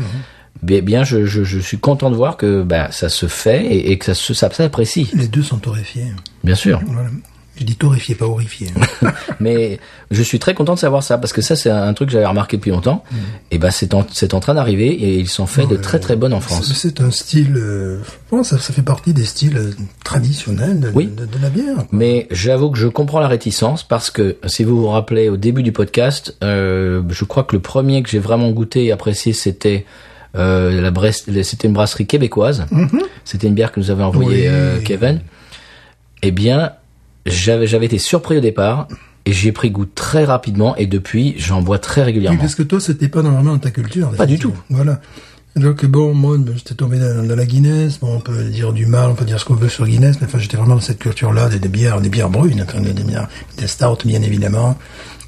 Bien, bien je, je, je suis content de voir que ben, ça se fait et, et que ça se ça s'apprécie, Les deux sont torréfiés. bien sûr. Voilà. Je dis torréfié, pas horrifié. Mais je suis très content de savoir ça parce que ça c'est un truc que j'avais remarqué depuis longtemps. Mm. Et ben c'est en, c'est en train d'arriver et ils sont faits de très très bonnes en C'est- France. C'est un style, euh, bon, ça, ça fait partie des styles euh, traditionnels de, Oui. de- de la bière. quoi. Mais j'avoue que je comprends la réticence parce que si vous vous rappelez au début du podcast, euh, je crois que le premier que j'ai vraiment goûté et apprécié c'était euh, la Brest, c'était une brasserie québécoise. C'était une bière que nous avait envoyée Mm-hmm. Oui. euh, Kevin. Eh bien, j'avais j'avais été surpris au départ et j'ai pris goût très rapidement et depuis j'en bois très Oui, régulièrement. parce que toi, c'était pas normalement dans ta culture. Pas du tout. Voilà. Donc bon, moi, ben, j'étais tombé dans, dans la Guinness. Bon, on peut dire du mal, on peut dire ce qu'on veut sur Guinness, mais enfin, j'étais vraiment dans cette culture-là, des, des bières, des bières brunes, enfin, des, des bières, des stouts, bien évidemment.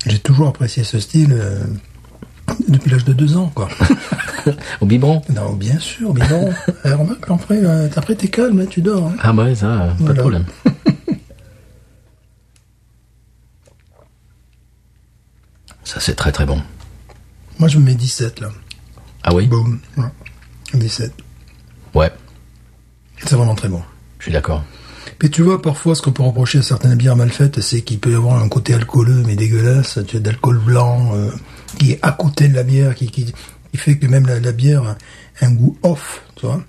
J'ai toujours apprécié ce style euh, depuis l'âge de deux ans, quoi. Au biberon. non, bien sûr, mais non. Eh, remarque, après, euh, après t'es calme, hein, tu dors. hein. Ah bah ouais, ça, euh, pas de Voilà. problème. ça c'est très très bon. Moi, je me mets 17 là. Ah oui Boum. Voilà. 17. Ouais, C'est vraiment très bon. je suis d'accord. Mais tu vois, parfois, ce qu'on peut reprocher à certaines bières mal faites, c'est qu'il peut y avoir un côté alcooleux, mais dégueulasse, tu as d'alcool blanc, euh, qui est à côté de la bière, qui, qui, qui fait que même la, la bière a un goût off, tu vois.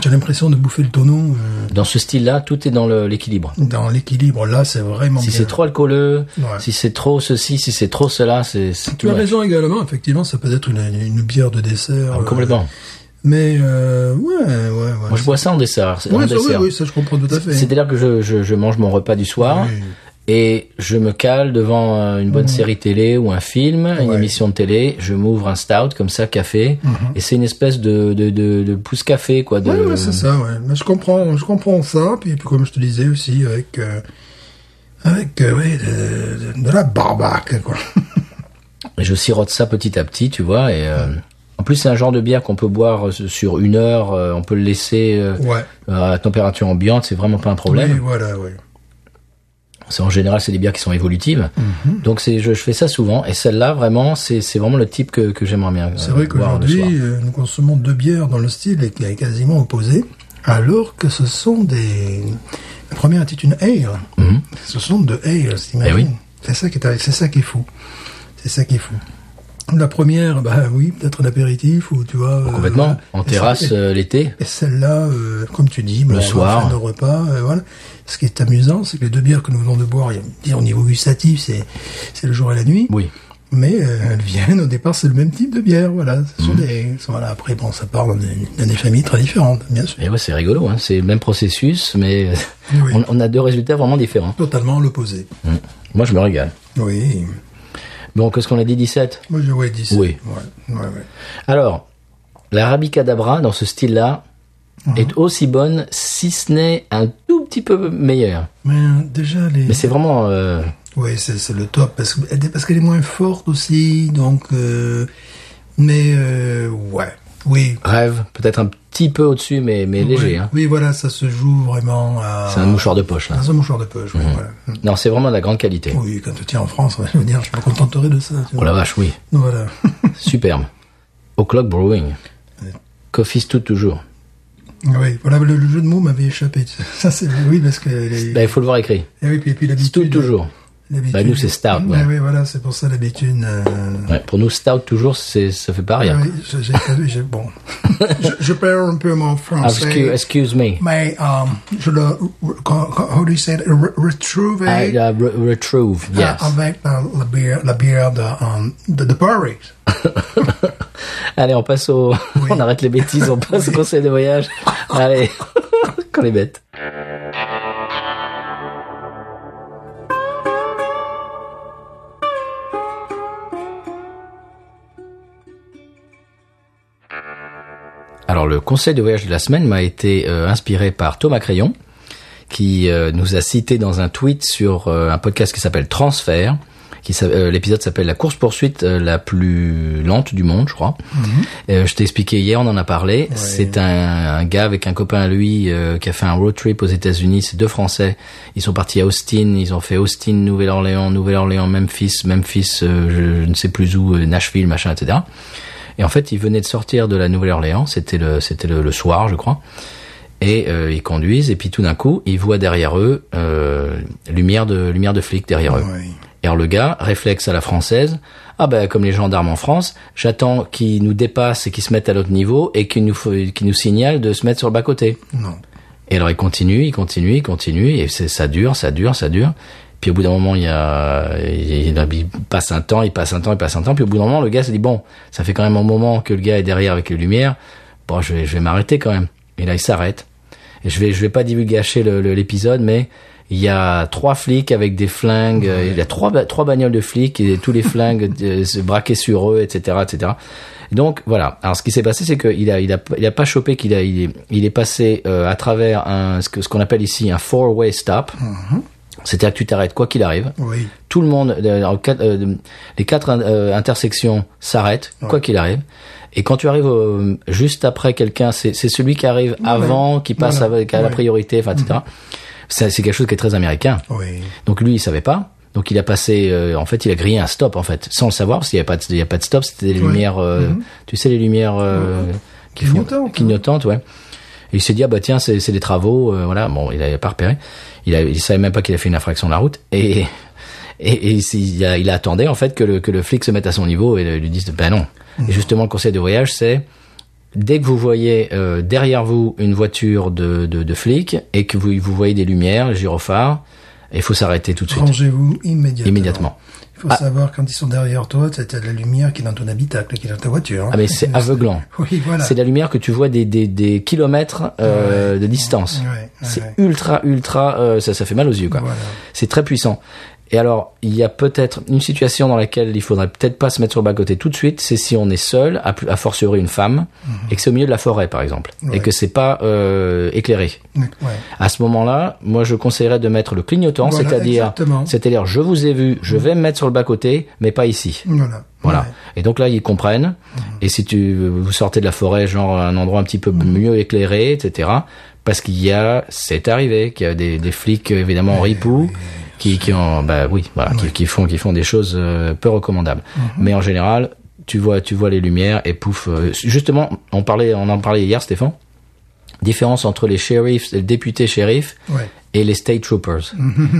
Tu as l'impression de bouffer le tonneau euh, Dans ce style-là, tout est dans le- l'équilibre. dans l'équilibre. Là, c'est vraiment Si bien. c'est trop alcooleux, Ouais. si c'est trop ceci, si c'est trop cela, c'est c'est Tu as ouais. raison également, effectivement, ça peut être une, une bière de dessert. Ah, euh, complètement. mais, euh, ouais, ouais, ouais. Moi je bois ça en dessert. c'est- en Ouais, ça, oui, dessert. oui, ça, je comprends tout à fait. C'est-à-dire que je, je, je mange mon repas du soir Oui. Mhm. et je me cale devant euh, une bonne série télé ou un film, une Ouais. Mhm. émission de télé, je m'ouvre un stout comme ça, café, et c'est une espèce de, de, de, de pouce café, quoi. De... Ouais, ouais, c'est ça, ouais. Mais je comprends, je comprends ça. Puis, puis comme je te disais aussi, avec, euh, avec, euh, ouais, de, de- de la barbaque, quoi. Et je sirote ça petit à petit, tu vois, et euh, en plus c'est un genre de bière qu'on peut boire euh, sur une heure, euh, on peut le laisser euh, Ouais. à température ambiante, c'est vraiment pas un Oui, problème. voilà, ouais. C'est- En général, c'est des bières qui sont évolutives. Mhm. Donc c'est, je, je fais ça souvent, et celle-là vraiment, c'est, c'est vraiment le type que, que j'aimerais bien. C'est vrai qu'aujourd'hui, euh, nous consommons deux bières dans le style qui est quasiment opposé, alors que ce sont des, La première était une Air. Ce sont de Air, Eh oui. C'est ça qui est, c'est ça qui est fou. C'est ça qui est fou. La première, bah oui, peut-être un apéritif ou tu vois. euh, Complètement. voilà. En Et terrasse celle- euh, l'été. Et celle-là, euh, comme tu dis, bah, Le en soir. fin de repas, euh, voilà. Ce qui est amusant, c'est que les deux bières que nous venons de boire, il y a- dire, au niveau gustatif, c'est c'est le jour et la nuit. Oui. Mais euh, elles viennent au départ, c'est le même type de bière, voilà. Ce Mhm. sont des, voilà. Après, bon, ça part dans des, dans des familles très différentes, bien sûr. Et ouais, c'est rigolo. Hein. C'est le même processus, mais Oui. on, on a deux résultats vraiment différents. Totalement l'opposé. Moi, je me régale. Oui. Bon, qu'est-ce qu'on a dit 17 Moi, je ouais, 10. Oui. Ouais, ouais, ouais. Alors, l'Arabicadabra, dans ce style-là, Uh-huh. est aussi bonne, si ce n'est un tout petit peu meilleure. Mais euh, déjà, les. Mais c'est vraiment... euh, Oui, c'est c'est le top parce que parce qu'elle est moins forte aussi, donc. euh, mais euh, ouais, oui. Rêve, peut-être un petit peu au-dessus, mais, mais léger. Ouais. Hein. Oui, voilà, ça se joue vraiment à. C'est un mouchoir Mhm. de poche, là. Dans un mouchoir de poche. Oui, voilà. Non, c'est vraiment de la grande qualité. Uh-huh. oui, quand tu tiens en France, ouais, je veux dire, je me contenterai de ça. tu Oh la vois. vache, oui. Voilà. Superbe. O'Clock Brewing. Euh. Coffee Stout toujours. oui, voilà, le, le jeu de mots m'avait échappé. Ça, c'est oui, parce que. les- Bah, il faut le voir écrit. Eh oui, puis, puis Stout l'habitude. toujours. l'habitude- Bah, nous, c'est stout, ouais. Eh oui, voilà, c'est pour ça l'habitude. euh, Ouais, pour nous, Stout toujours, c'est, ça fait pas rien. Oui, je- j'ai- j'ai- j'ai- bon. je, je perds un peu mon Ah, excuse, français. excuse me. Mais euh, je le. quand- quand- How do you say it? Re- Retrouver. I uh, re- retrieve, euh, yes. Avec euh, la bière, la bière de, euh, de, de Paris. Allez, on passe au. Oui. on arrête les bêtises, on passe au conseil de voyage. Allez, qu'on les bête. Alors, le conseil de voyage de la semaine m'a été euh, inspiré par Thomas Crayon, qui euh, nous a cité dans un tweet sur euh, un podcast qui s'appelle Transfert. Qui s'a- euh, L'épisode s'appelle La course poursuite euh, la plus lente du monde, je crois. Euh, je t'ai expliqué hier, on en a parlé. C'est un, un gars avec un copain à lui euh, qui a fait un road trip aux États-Unis. C'est deux Français. Ils sont partis à Austin. Ils ont fait Austin, Nouvelle-Orléans, Nouvelle-Orléans, Memphis, Memphis, euh, je, je ne sais plus où, euh, Nashville, machin, etc. Et en fait, ils venaient de sortir de la Nouvelle-Orléans. C'était le, c'était le, le soir, je crois. Et euh, ils conduisent. Et puis tout d'un coup, ils voient derrière eux euh, lumière de lumière de flic derrière eux. Oui. Et alors le gars, réflexe à la française, ah ben comme les gendarmes en France, j'attends qu'ils nous dépassent et qu'ils se mettent à l'autre niveau et qu'ils nous, fo- qu'ils nous signalent de se mettre sur le bas-côté. Non. Et alors il continue, il continue, il continue, et c'est- ça dure, ça dure, ça dure. Puis au bout d'un moment, il, y a, il, il passe un temps, il passe un temps, il passe un temps. Puis au bout d'un moment, le gars se dit, bon, ça fait quand même un moment que le gars est derrière avec les lumières. Bon, je vais, je vais m'arrêter quand même. Et là, il s'arrête. Et je vais, je vais pas divulgacher le- le- l'épisode, mais il y a trois flics avec des flingues. euh, Il y a trois, ba- trois bagnoles de flics et tous les flingues euh, se braquaient sur eux, etc., etc. Donc voilà. Alors ce qui s'est passé, c'est qu'il a, il a, il a pas chopé qu'il a, il est, il est passé euh, à travers un, ce que- ce qu'on appelle ici un four-way stop. C'était à que tu t'arrêtes quoi qu'il arrive. Oui. Tout le monde, euh, en quatre- euh, les quatre euh, intersections s'arrêtent, quoi qu'il arrive. Et quand tu arrives euh, juste après quelqu'un, c'est c'est celui qui arrive avant, qui passe Voilà. avec, à la Ouais. Mm. priorité, enfin, etc. Ça, C'est quelque chose qui est très américain. Oui. Donc lui, il savait pas. Donc il a passé, euh, en fait, il a grillé un stop, en fait, sans le savoir, parce qu'il n'y a pas de, il y a pas de stop. C'était les Ouais. lumières, euh, tu sais, les lumières euh, qui font- Clignotantes, hein. clignotantes, ouais. Et il s'est dit ah bah tiens c'est c'est des travaux, euh, voilà. Bon, il n'avait pas repéré. Il, a, il savait même pas qu'il a fait une infraction de la route. Et et, et il, s'est- il a, il a attendait en fait que le, que le flic se mette à son niveau et le- lui dise ben non. Et Mhm. justement, le conseil de voyage, c'est dès que vous voyez euh, derrière vous une voiture de, de, de flic et que vous, vous voyez des lumières, le gyrophare, il faut s'arrêter tout de suite. Rangez-vous immédiatement. Immédiatement. Il faut Ah. savoir quand ils sont derrière toi, t'as t'as de la lumière qui est dans ton habitacle, qui est dans ta voiture. hein. Ah mais c'est aveuglant. Oui, voilà. C'est la lumière que tu vois des, des, des kilomètres euh, de distance. Ouais, ouais, c'est ouais. ultra, ultra, euh, ça, ça fait mal aux yeux. quoi. Voilà. C'est très puissant. Et alors, il y a peut-être une situation dans laquelle il faudrait peut-être pas se mettre sur le bas-côté tout de suite, c'est si on est seul, à, plus- à fortiori une femme, et que c'est au milieu de la forêt, par exemple, et Mhm. Ouais. que c'est pas euh, éclairé. Ouais. À ce moment-là, moi, je conseillerais de mettre le clignotant, Voilà, c'est-à-dire, exactement. Mmh. c'est-à-dire, je vous ai vu, je vais me mettre sur le bas-côté, mais pas ici. Voilà. Voilà. Ouais. Et donc là, ils comprennent. Et si tu vous sortez de la forêt, genre à un endroit un petit peu mieux éclairé, etc. Parce qu'il y a, c'est arrivé, qu'il y a des, des flics évidemment ripoux qui, qui ont, bah oui, voilà, qui, qui font, qui font des choses euh, peu recommandables. Mhm. Mais en général, tu vois, tu vois les lumières et pouf. euh, justement, on parlait, on en parlait hier, Stéphane. Différence entre les shérifs, les députés shérifs Ouais. Mhm. et les State Troopers.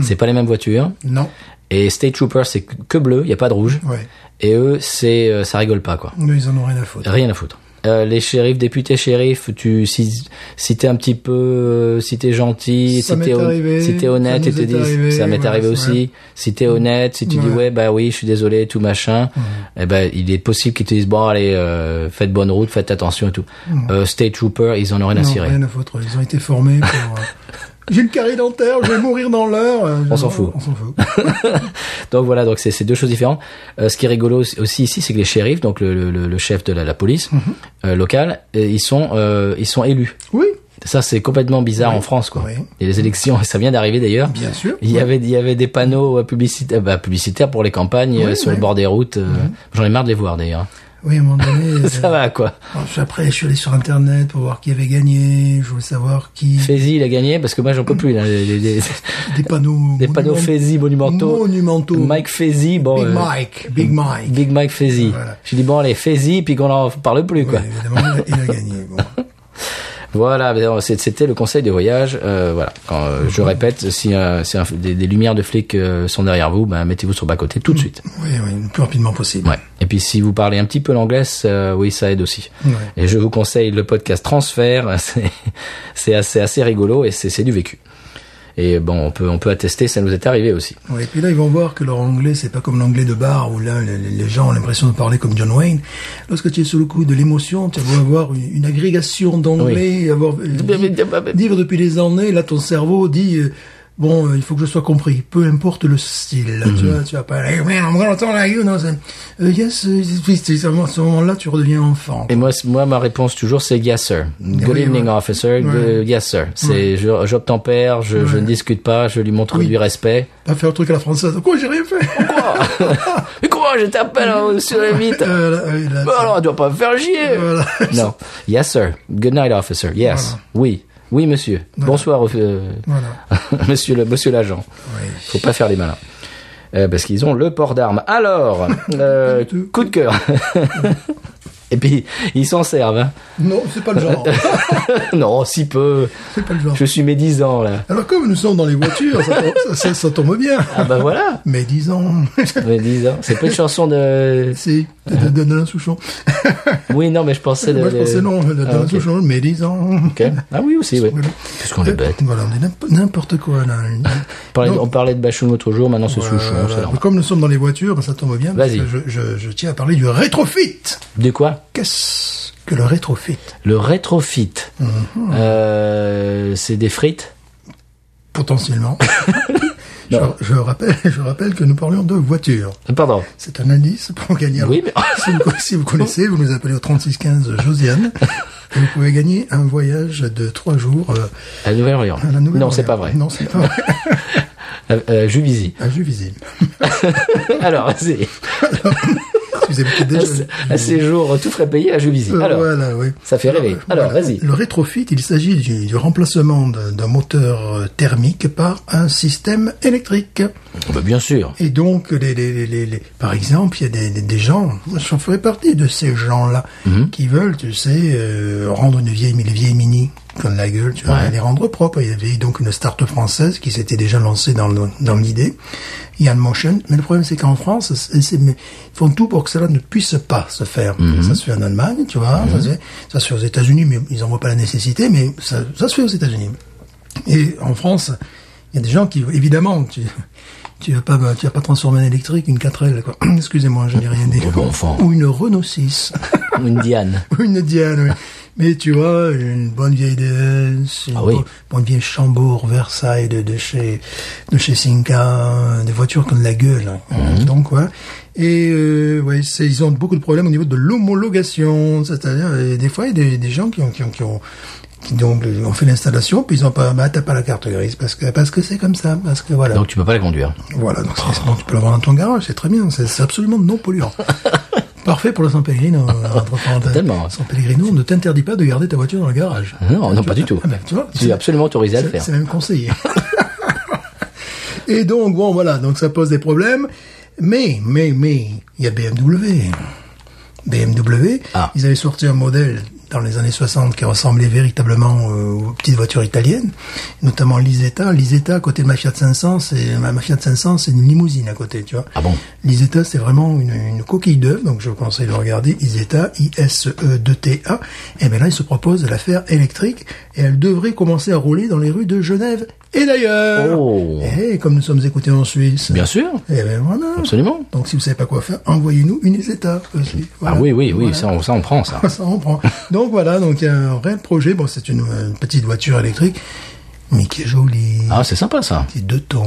c'est pas les mêmes voitures. Non. Et State Troopers, c'est que bleu, il y a pas de rouge. Ouais. Et eux, c'est euh, ça rigole pas quoi. Nous, ils en ont rien à foutre. Rien à foutre. Euh, les shérifs, députés shérifs, tu si, si t'es un petit peu, euh, si t'es gentil, Ça si m'est t'es hon- arrivé, si t'es ça honnête, nous ils te est disent arrivé, ça m'est voilà, arrivé c'est aussi. vrai. Si t'es honnête, si tu dis Ouais. ouais bah oui je suis désolé tout machin, eh ben il est possible qu'ils te disent bon allez euh, faites bonne route, faites attention et tout. Euh, State Trooper, ils en ont rien à Non, cirer. rien à foutre. Ils ont été formés pour. euh, J'ai une carie dentaire, je vais mourir dans l'heure. Euh, On s'en fout. On s'en fout. Donc voilà, donc c'est c'est deux choses différentes. Euh, ce qui est rigolo aussi- aussi ici, c'est que les shérifs, donc le, le, le chef de la, la police Mm-hmm. euh, locale, euh, ils sont euh, ils sont élus. Oui, Ça c'est complètement bizarre Oui. en France quoi. Oui. Et les élections, ça vient d'arriver d'ailleurs. bien sûr. Il y avait il y avait des panneaux euh, publicitaires, bah, publicitaires pour les campagnes euh, Oui, sur le oui. Mhm. bord des routes. euh, J'en ai marre de les voir d'ailleurs. Oui, à un moment donné. euh, Ça va quoi. Après, je suis allé sur Internet pour voir qui avait gagné. Je voulais savoir qui. Faizy il a gagné parce que moi j'en peux plus là. Les- les- les- Des panneaux. des panneaux monument- Faizy monumentaux. Monumentaux. Mike Faizy, bon. Big euh, Mike. Big Mike. Big Mike Faizy. Voilà. J'ai dit bon allez Faizy puis qu'on en parle plus Ouais, quoi. évidemment, il a gagné. Bon. Voilà, mais non, c'est- c'était le conseil de voyage. euh, voilà, Quand, euh, je répète, si, euh, si un- des, des lumières de flics euh, sont derrière vous, ben, mettez-vous sur le bas-côté tout de suite. Oui, oui, le plus rapidement possible. Ouais. Et puis si vous parlez un petit peu l'anglais, euh, oui, ça aide aussi. Ouais. Et je vous conseille le podcast Transfert. C'est c'est assez, assez rigolo et c'est c'est du vécu. Et bon, on peut, on peut attester, ça nous est arrivé aussi. Ouais, et puis là, ils vont voir que leur anglais, c'est pas comme l'anglais de bar où là, les, les gens ont l'impression de parler comme John Wayne. Lorsque tu es sous le coup de l'émotion, tu vas avoir une, une agrégation d'anglais, avoir euh, di- dire depuis des années. Là, ton cerveau dit. euh, Bon, euh, il faut que je sois compris, peu importe le style. Mhm. Tu vois, tu vas pas. Eh, Hey, man, I'm gonna talk like you, no, c'est- euh, yes, euh, it's- it's- à ce moment-là, tu redeviens enfant. Et moi, c- moi, ma réponse toujours, c'est yes sir. Good Oui, evening ouais. officer. Ouais. Good- yes sir. C'est, je- j'obtempère, je, je Ouais. ne discute pas, je lui montre Oui. du respect. Pas faire le truc à la française. Quoi, j'ai rien fait. Mais Oh. comment je t'appelle hein, sur la vite Euh, là, euh, là, Bah alors, tu dois pas me faire chier Voilà. Non. Yes, sir. Good night, officer. Yes. Oui. Oui, monsieur. Bonsoir, euh, Voilà. monsieur le monsieur l'agent. Oui. Faut pas faire les malins. Euh, parce qu'ils ont le port d'armes. Alors, euh, du tout. coup de cœur. Et puis, ils s'en servent. hein. Non, c'est pas le genre. non, si peu. C'est pas le genre. Je suis médisant, là. Alors comme nous sommes dans les voitures, ça, tombe- ça- ça- ça tombe bien. Ah bah voilà, Mais disons, médisant. C'est pas une chanson de... si, de, de, de Alain Souchon. Oui, non, mais je pensais... de- Moi je de- pensais non, de, de Ah, Alain ok. Souchon, mais disons. Ok. Ah oui, aussi, oui. Voilà. Parce qu'on est bête. Voilà, on est n'imp- n'importe quoi là. On parlait, Non. on parlait de Bachoun l'autre jour, maintenant c'est Souchon, c'est Voilà. normal. Comme nous sommes dans les voitures, ben, ça tombe bien. parce Vas-y. que Je, je, je tiens à parler du rétrofit. De quoi Qu'est-ce que le rétrofit Le rétrofit. Mhm. Euh, c'est des frites Potentiellement. je, Non. je rappelle, je rappelle que nous parlions de voitures. Euh, Pardon. C'est un indice pour gagner. Oui, mais- si, vous, si vous connaissez, vous nous appelez au 3615 Josiane. Et vous pouvez gagner un voyage de trois jours euh, À Nouvelle-Orléans. à la Nouvelle. Non, c'est pas vrai. Non, c'est pas vrai. Euh, euh, Juvisy. À Juvisy. Alors, c'est Si vous habitez déjà. à ces jours tout frais payé à Juvisy. Euh, Alors, voilà, oui. ça fait rêver. Alors, Voilà. vas-y. Le rétrofit, il s'agit du, du remplacement d'un d'un moteur euh, thermique par un système électrique. Bah, bien sûr. Et donc, les, les, les, les- les- par exemple, il y a des, des, des gens, moi, j'en ferais partie de ces gens-là, qui veulent, tu sais, euh, rendre une vieille, les vieilles mini, comme la gueule, tu vois, les rendre propres. Il y avait donc une start française qui s'était déjà lancée dans, le- dans l'idée, Yann Motion. Mais le problème, c'est qu'en France, c'est- c'est- mais ils font tout pour que cela ne puisse pas se faire. Ça se fait en Allemagne, tu vois, ça, se fait, ça se fait aux États-Unis, mais ils n'en voient pas la nécessité, mais ça, ça se fait aux États-Unis. Et en France, il y a des gens qui, évidemment, tu, tu vas pas, tu vas pas transformer en électrique une 4L, quoi. Excusez-moi, je n'ai rien dit. bon enfant. Ou une Renault 6. Une Diane. Ou une Diane, oui. Mais tu vois, une bonne vieille DS, une Ah oui. bonne, bonne vieille Chambourg, Versailles de, de chez, de chez Cinca, des voitures comme la gueule. hein. Mhm. Donc, ouais. Et, euh, ouais, c'est, ils ont beaucoup de problèmes au niveau de l'homologation. C'est-à-dire, euh, des fois, il y a des, des gens qui ont, qui ont, qui ont, qui donc euh, ont fait l'installation, puis ils ont pas, bah, t'as pas la carte grise, parce que, parce que c'est comme ça, parce que voilà. Donc, tu peux pas la conduire. Voilà, donc, c'est- donc tu peux l'avoir dans ton garage, c'est très bien, c'est c'est absolument non polluant. Parfait pour le San Pellegrino. entre parenthèses. Totalement. San Pellegrino on ne t'interdit pas de garder ta voiture dans le garage. Non, non, Tu pas vois, du tout. ah ben, tu vois, Tu es absolument autorisé à le c'est- faire. C'est même conseillé. Et donc, bon, voilà, donc ça pose des problèmes. Mais, mais, mais, il y a BMW. BMW, Ah. ils avaient sorti un modèle dans les années 60 qui ressemblaient véritablement euh, aux petites voitures italiennes, notamment l'Isetta. L'Isetta, à côté de ma Fiat 500, c'est ma ma Fiat 500, c'est une limousine à côté, tu vois. Ah bon L'Isetta, c'est vraiment une, une coquille d'œuf, donc je vous conseille de regarder Isetta, E I-S-E-2-T-A. Et bien là, ils se proposent de la faire électrique et elle devrait commencer à rouler dans les rues de Genève. Et d'ailleurs, Oh. et comme nous sommes écoutés en Suisse, Bien sûr, et ben voilà. absolument. Donc si vous savez pas quoi faire, envoyez-nous une Isetta aussi. Voilà. Ah oui, oui, oui, Voilà. ça, on, ça, on prend ça. Ça, on prend. Donc voilà, donc il y a un réel projet. Bon, c'est une, euh, une petite voiture électrique, mais qui est jolie. Ah, c'est sympa ça. Qui est deux tons.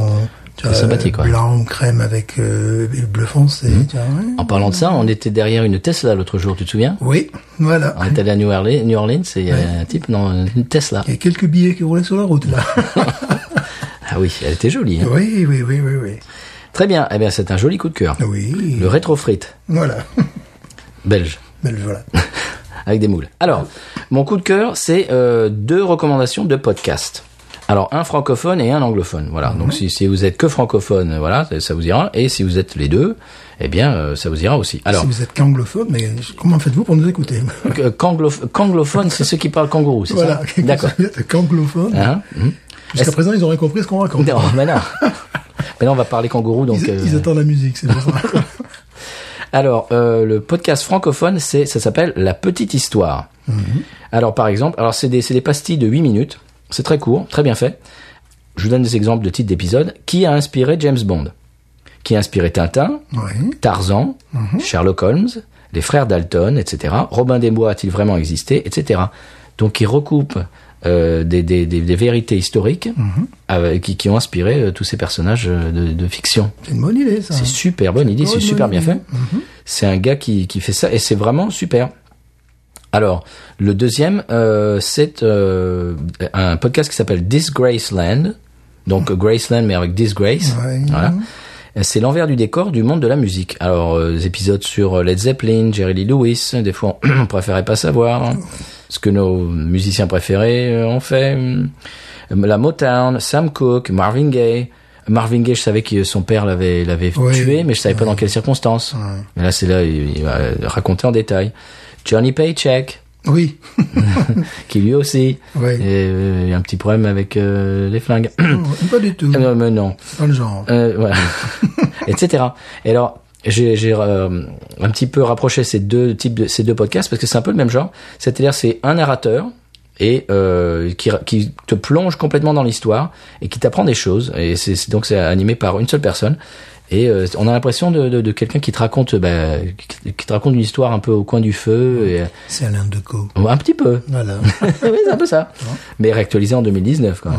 Tu vois, sympathique, ouais. Mhm. Blanc, crème avec euh, bleu foncé. tu vois, ouais. En parlant de ça, on était derrière une Tesla l'autre jour, tu te souviens Oui, voilà. On est allé à New Orleans, New Orleans et il y a un type, non, une Tesla. Il y a quelques billets qui roulaient sur la route là. Ah oui, elle était jolie. hein. oui, oui, oui, oui, oui. Très bien, eh bien c'est un joli coup de cœur. Oui. Le rétrofrit, Voilà. belge, Mais voilà. avec des moules. Alors, mon coup de cœur, c'est euh, deux recommandations de podcasts. Alors, un francophone et un anglophone, voilà. Donc, si, si vous êtes que francophone, euh, voilà, ça, ça vous ira. Et si vous êtes les deux, eh bien, euh, ça vous ira aussi. Alors, si vous êtes qu'anglophone, mais comment faites-vous pour nous écouter que- qu'anglo- qu'anglophone, c'est ceux qui parlent kangourou, c'est Voilà. ça D'accord. Si vous êtes qu'anglophone. Hein Mhm. Jusqu'à Est-ce- présent, ils ont rien compris ce qu'on raconte. Non, mais non. Maintenant, on va parler kangourou, donc. Ils, euh, ils attendent la musique, c'est pour ça. Alors, euh, le podcast francophone, c'est, ça s'appelle La Petite Histoire. Mhm. Alors, par exemple, alors c'est des, c'est des pastilles de 8 minutes. C'est très court, très bien fait. Je vous donne des exemples de titres d'épisodes. Qui a inspiré James Bond Qui a inspiré Tintin oui. Tarzan Mhm. Sherlock Holmes Les frères Dalton, etc. Robin des Bois a-t-il vraiment existé Etc. Donc, ils recoupent euh, des, des, des, des vérités historiques Mhm. euh, qui, qui ont inspiré euh, tous ces personnages euh, de, de fiction. C'est une bonne idée, ça. C'est super bonne idée, c'est bonne super bien idée. Mhm. fait. C'est un gars qui, qui fait ça et c'est vraiment super. Alors, le deuxième, euh, c'est euh, un podcast qui s'appelle Disgraceland. Donc euh, Graceland, mais avec Disgrace. Mhm. Ouais. Voilà. C'est l'envers du décor du monde de la musique. Alors, euh, des épisodes sur euh, Led Zeppelin, Jerry Lee Lewis, euh, des fois on, on préférait pas savoir hein, ce que nos musiciens préférés euh, ont fait. Hum. La Motown, Sam Cooke, Marvin Gaye. Marvin Gaye, je savais que son père l'avait l'avait Ouais. tué, mais je savais pas dans quelles circonstances. Mais là, c'est là, il, il va raconter en détail. Johnny Paycheck, Oui. qui lui aussi, Ouais. et, euh, il y a un petit problème avec euh, les flingues. Non, pas du tout. non, mais non. Pas le genre. Euh, voilà. etc. Et alors, j'ai j'ai, euh, un petit peu rapproché ces deux types de ces deux podcasts parce que c'est un peu le même genre. C'est-à-dire, c'est un narrateur et euh, qui, qui te plonge complètement dans l'histoire et qui t'apprend des choses. Et c'est c'est- donc c'est animé par une seule personne. Et euh, on a l'impression de, de, de quelqu'un qui te raconte, bah, qui, qui te raconte une histoire un peu au coin du feu, et, C'est Alain Decaux. euh, un petit peu. Voilà. oui, c'est un peu ça. Mhm. Mais réactualisé en 2019. Quoi.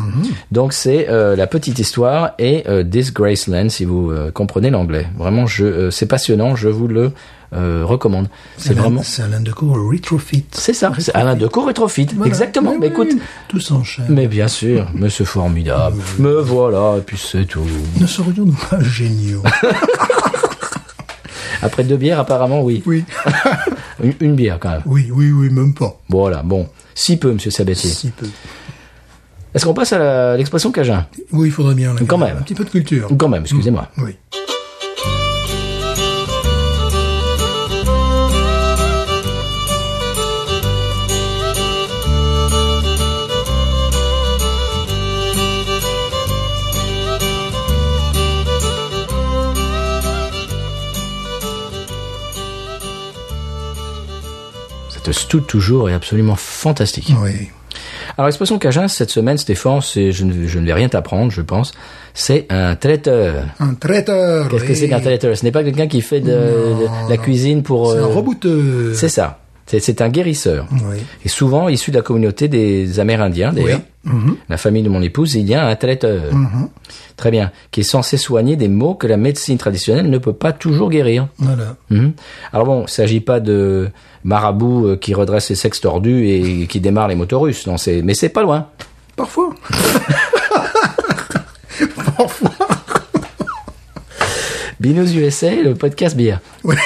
Donc c'est euh, la petite histoire et euh, Disgraceland si vous euh, comprenez l'anglais. Vraiment, je, euh, c'est passionnant. Je vous le euh, recommande. C'est Alain- vraiment. C'est Alain Decaux retrofit. C'est ça. C'est Alain Decaux rétrofit. Voilà. Exactement. Oui, Mais oui, écoute. oui. Tout s'enchaîne. Mais bien sûr, mais c'est formidable. Me voilà, et puis c'est tout. Ne serions-nous pas géniaux Après deux bières, apparemment, oui. Oui. Une, une bière, quand même. Oui, oui, oui, même pas. Voilà, bon. Si peu, monsieur Sabatier. Si peu. Est-ce qu'on passe à la- l'expression Cajun Oui, il faudrait bien. là, Quand même. Un petit peu de culture. Quand même, excusez-moi. Oui. Cette stout toujours est absolument fantastique. Oui. Alors, l'expression Cajun, cette semaine, Stéphane, c'est, je, ne, je ne vais rien t'apprendre, je pense. C'est un traiteur. Un traiteur. Qu'est-ce que oui. c'est qu'un traiteur Ce n'est pas quelqu'un qui fait de, de la cuisine pour... C'est un euh, rebouteur. Mm. C'est ça. C'est, c'est un guérisseur. Oui. Et souvent issu de la communauté des Amérindiens, d'ailleurs. Mm-hmm. La famille de mon épouse, il y a un traiteur. Très bien. Qui est censé soigner des maux que la médecine traditionnelle ne peut pas toujours guérir. Voilà. Mhm. Alors bon, il s'agit pas de marabout euh, qui redresse les sexes tordus et qui démarre les motos russes. Non, c'est, mais c'est pas loin. Parfois. Binous USA, le podcast bière. Oui.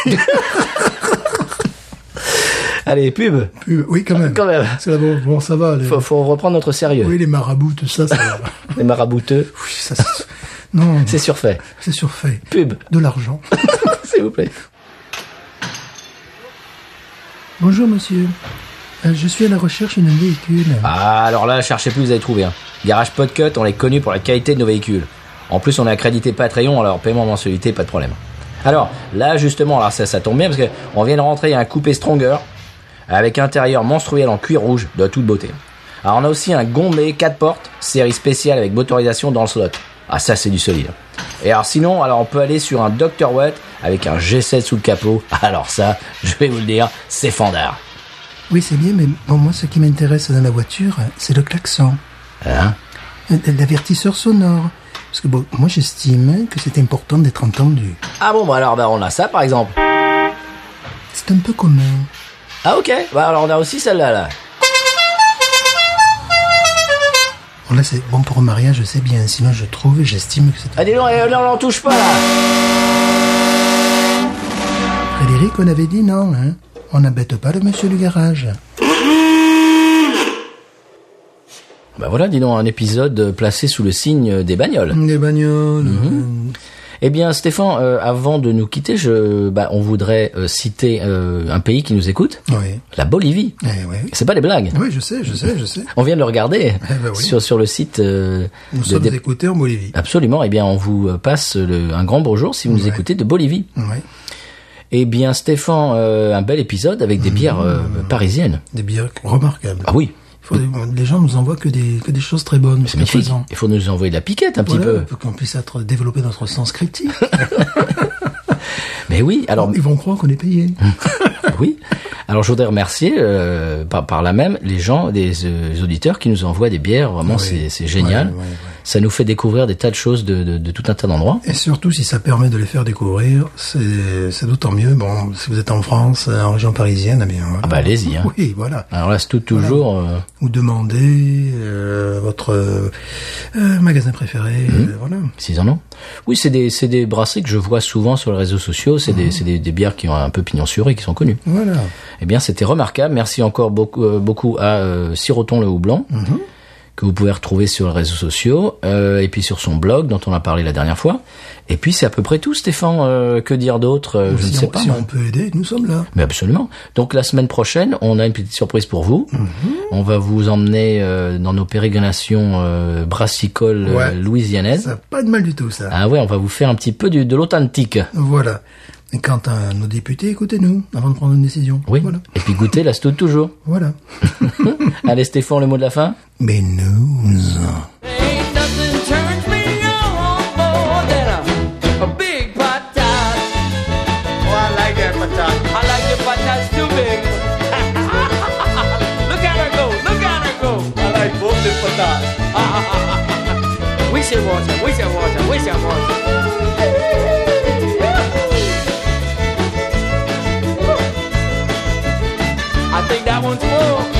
Allez, pub. Puis, oui, quand même. Quand même. C'est là, bon, bon, ça va. Les... Faut, faut reprendre notre sérieux. Oui, les marabouts, tout ça, ça va. Les marabouteux, oui, ça, c'est- non, c'est surfait. c'est surfait. Pub, De l'argent. s'il vous plaît. Bonjour, monsieur. Euh, Je suis à la recherche d'un véhicule. Ah, alors là, cherchez plus, vous allez trouver. hein. Garage Podcut, on est connu pour la qualité de nos véhicules. En plus, on est accrédité Patreon, alors paiement mensualité, pas de problème. Alors, là, justement, alors ça, ça tombe bien, parce que on vient de rentrer un coupé Stronger, avec intérieur menstruel en cuir rouge, de toute beauté. Alors, on a aussi un Gondé 4 portes, série spéciale avec motorisation dans le slot. Ah, ça, c'est du solide. Et alors, sinon, alors on peut aller sur un Dr. Watt, avec un G7 sous le capot. Alors ça, je vais vous le dire, c'est fandard. Oui, c'est bien, mais bon, moi, ce qui m'intéresse dans la voiture, c'est le klaxon. Hein Euh, L'avertisseur sonore. Parce que bon, moi, j'estime que c'est important d'être entendu. Ah bon, bah alors, bah, on a ça, par exemple. C'est un peu commun. Ah ok, bah alors on a aussi celle-là là. Bon, là, c'est bon pour un mariage, je sais bien. Sinon, je trouve et j'estime que c'est... Ah dis donc, eh, là on l'en touche pas là Frédéric, on avait dit non, hein. On n'embête pas le monsieur du garage. Bah voilà, dis donc, un épisode euh, placé sous le signe euh, des bagnoles. Les bagnoles. Eh bien Stéphane, euh, avant de nous quitter, je, bah, on voudrait euh, citer euh, un pays qui nous écoute, euh, Oui. la Bolivie. Eh, oui. C'est pas des blagues. Oui, je sais, je sais, je sais. On vient de le regarder ben oui. sur, sur le site euh, Nous de sommes Dé- écoutés en Bolivie. Absolument, eh bien on vous euh, passe le- un grand bonjour si vous nous Ouais. écoutez de Bolivie. Oui. Eh bien Stéphane, euh, un bel épisode avec Mmh. des bières euh, parisiennes. Des bières remarquables. Ah oui, Il faut- les gens nous envoient que des, que des choses très bonnes. c'est magnifique. Il faut nous envoyer de la piquette un petit peu. Pour qu'on puisse être, développer notre sens critique. Mais oui, alors Ils vont croire qu'on est payé. oui. Alors je voudrais remercier euh, par, par là même les gens, des euh, les auditeurs qui nous envoient des bières. Vraiment, Oui. c'est- c'est génial. Ouais, ouais, ouais. Ça nous fait découvrir des tas de choses de, de, de tout un tas d'endroits. Et surtout, si ça permet de les faire découvrir, c'est c'est d'autant mieux. Bon, si vous êtes en France, en région parisienne, eh bien, voilà. Ah bah allez-y. Hein. Oui, voilà. Alors là, c'est tout toujours. euh, Ou demandez euh, votre euh, euh, magasin préféré, Mmh. euh, voilà. S'ils en ont. Oui, c'est des, c'est des brasseries que je vois souvent sur les réseaux sociaux. Mhm. C'est des, c'est des, des bières qui ont un peu pignon sur rue, qui sont connues. Voilà. Eh bien, c'était remarquable. Merci encore beaucoup, euh, beaucoup à euh, Siroton le Houblon, Mhm. que vous pouvez retrouver sur les réseaux sociaux, euh, et puis sur son blog dont on a parlé la dernière fois. Et puis, c'est à peu près tout, Stéphane. Euh, que dire d'autre Euh, Je si ne sais on, pas. si moi. on peut aider, nous sommes là. Mais absolument. Donc, la semaine prochaine, on a une petite surprise pour vous. Mhm. On va vous emmener euh, dans nos pérégrinations euh, brassicoles euh, Ouais. louisianaises. Ça a pas de mal du tout, ça. Ah ouais, on va vous faire un petit peu du, de l'authentique. Voilà. Et quant à nos députés, écoutez-nous avant de prendre une décision. Oui. Voilà. Et puis goûter la stout toujours. Voilà. Allez Stéphane, le mot de la fin Mais nous. Ain't nothing turns me on more than a, a big patat. Oh, I like that patat. I like the patats too big. look at her go, look at her go. I like both the patats. we should watch her, we should watch her, we should watch her. I think that one's full.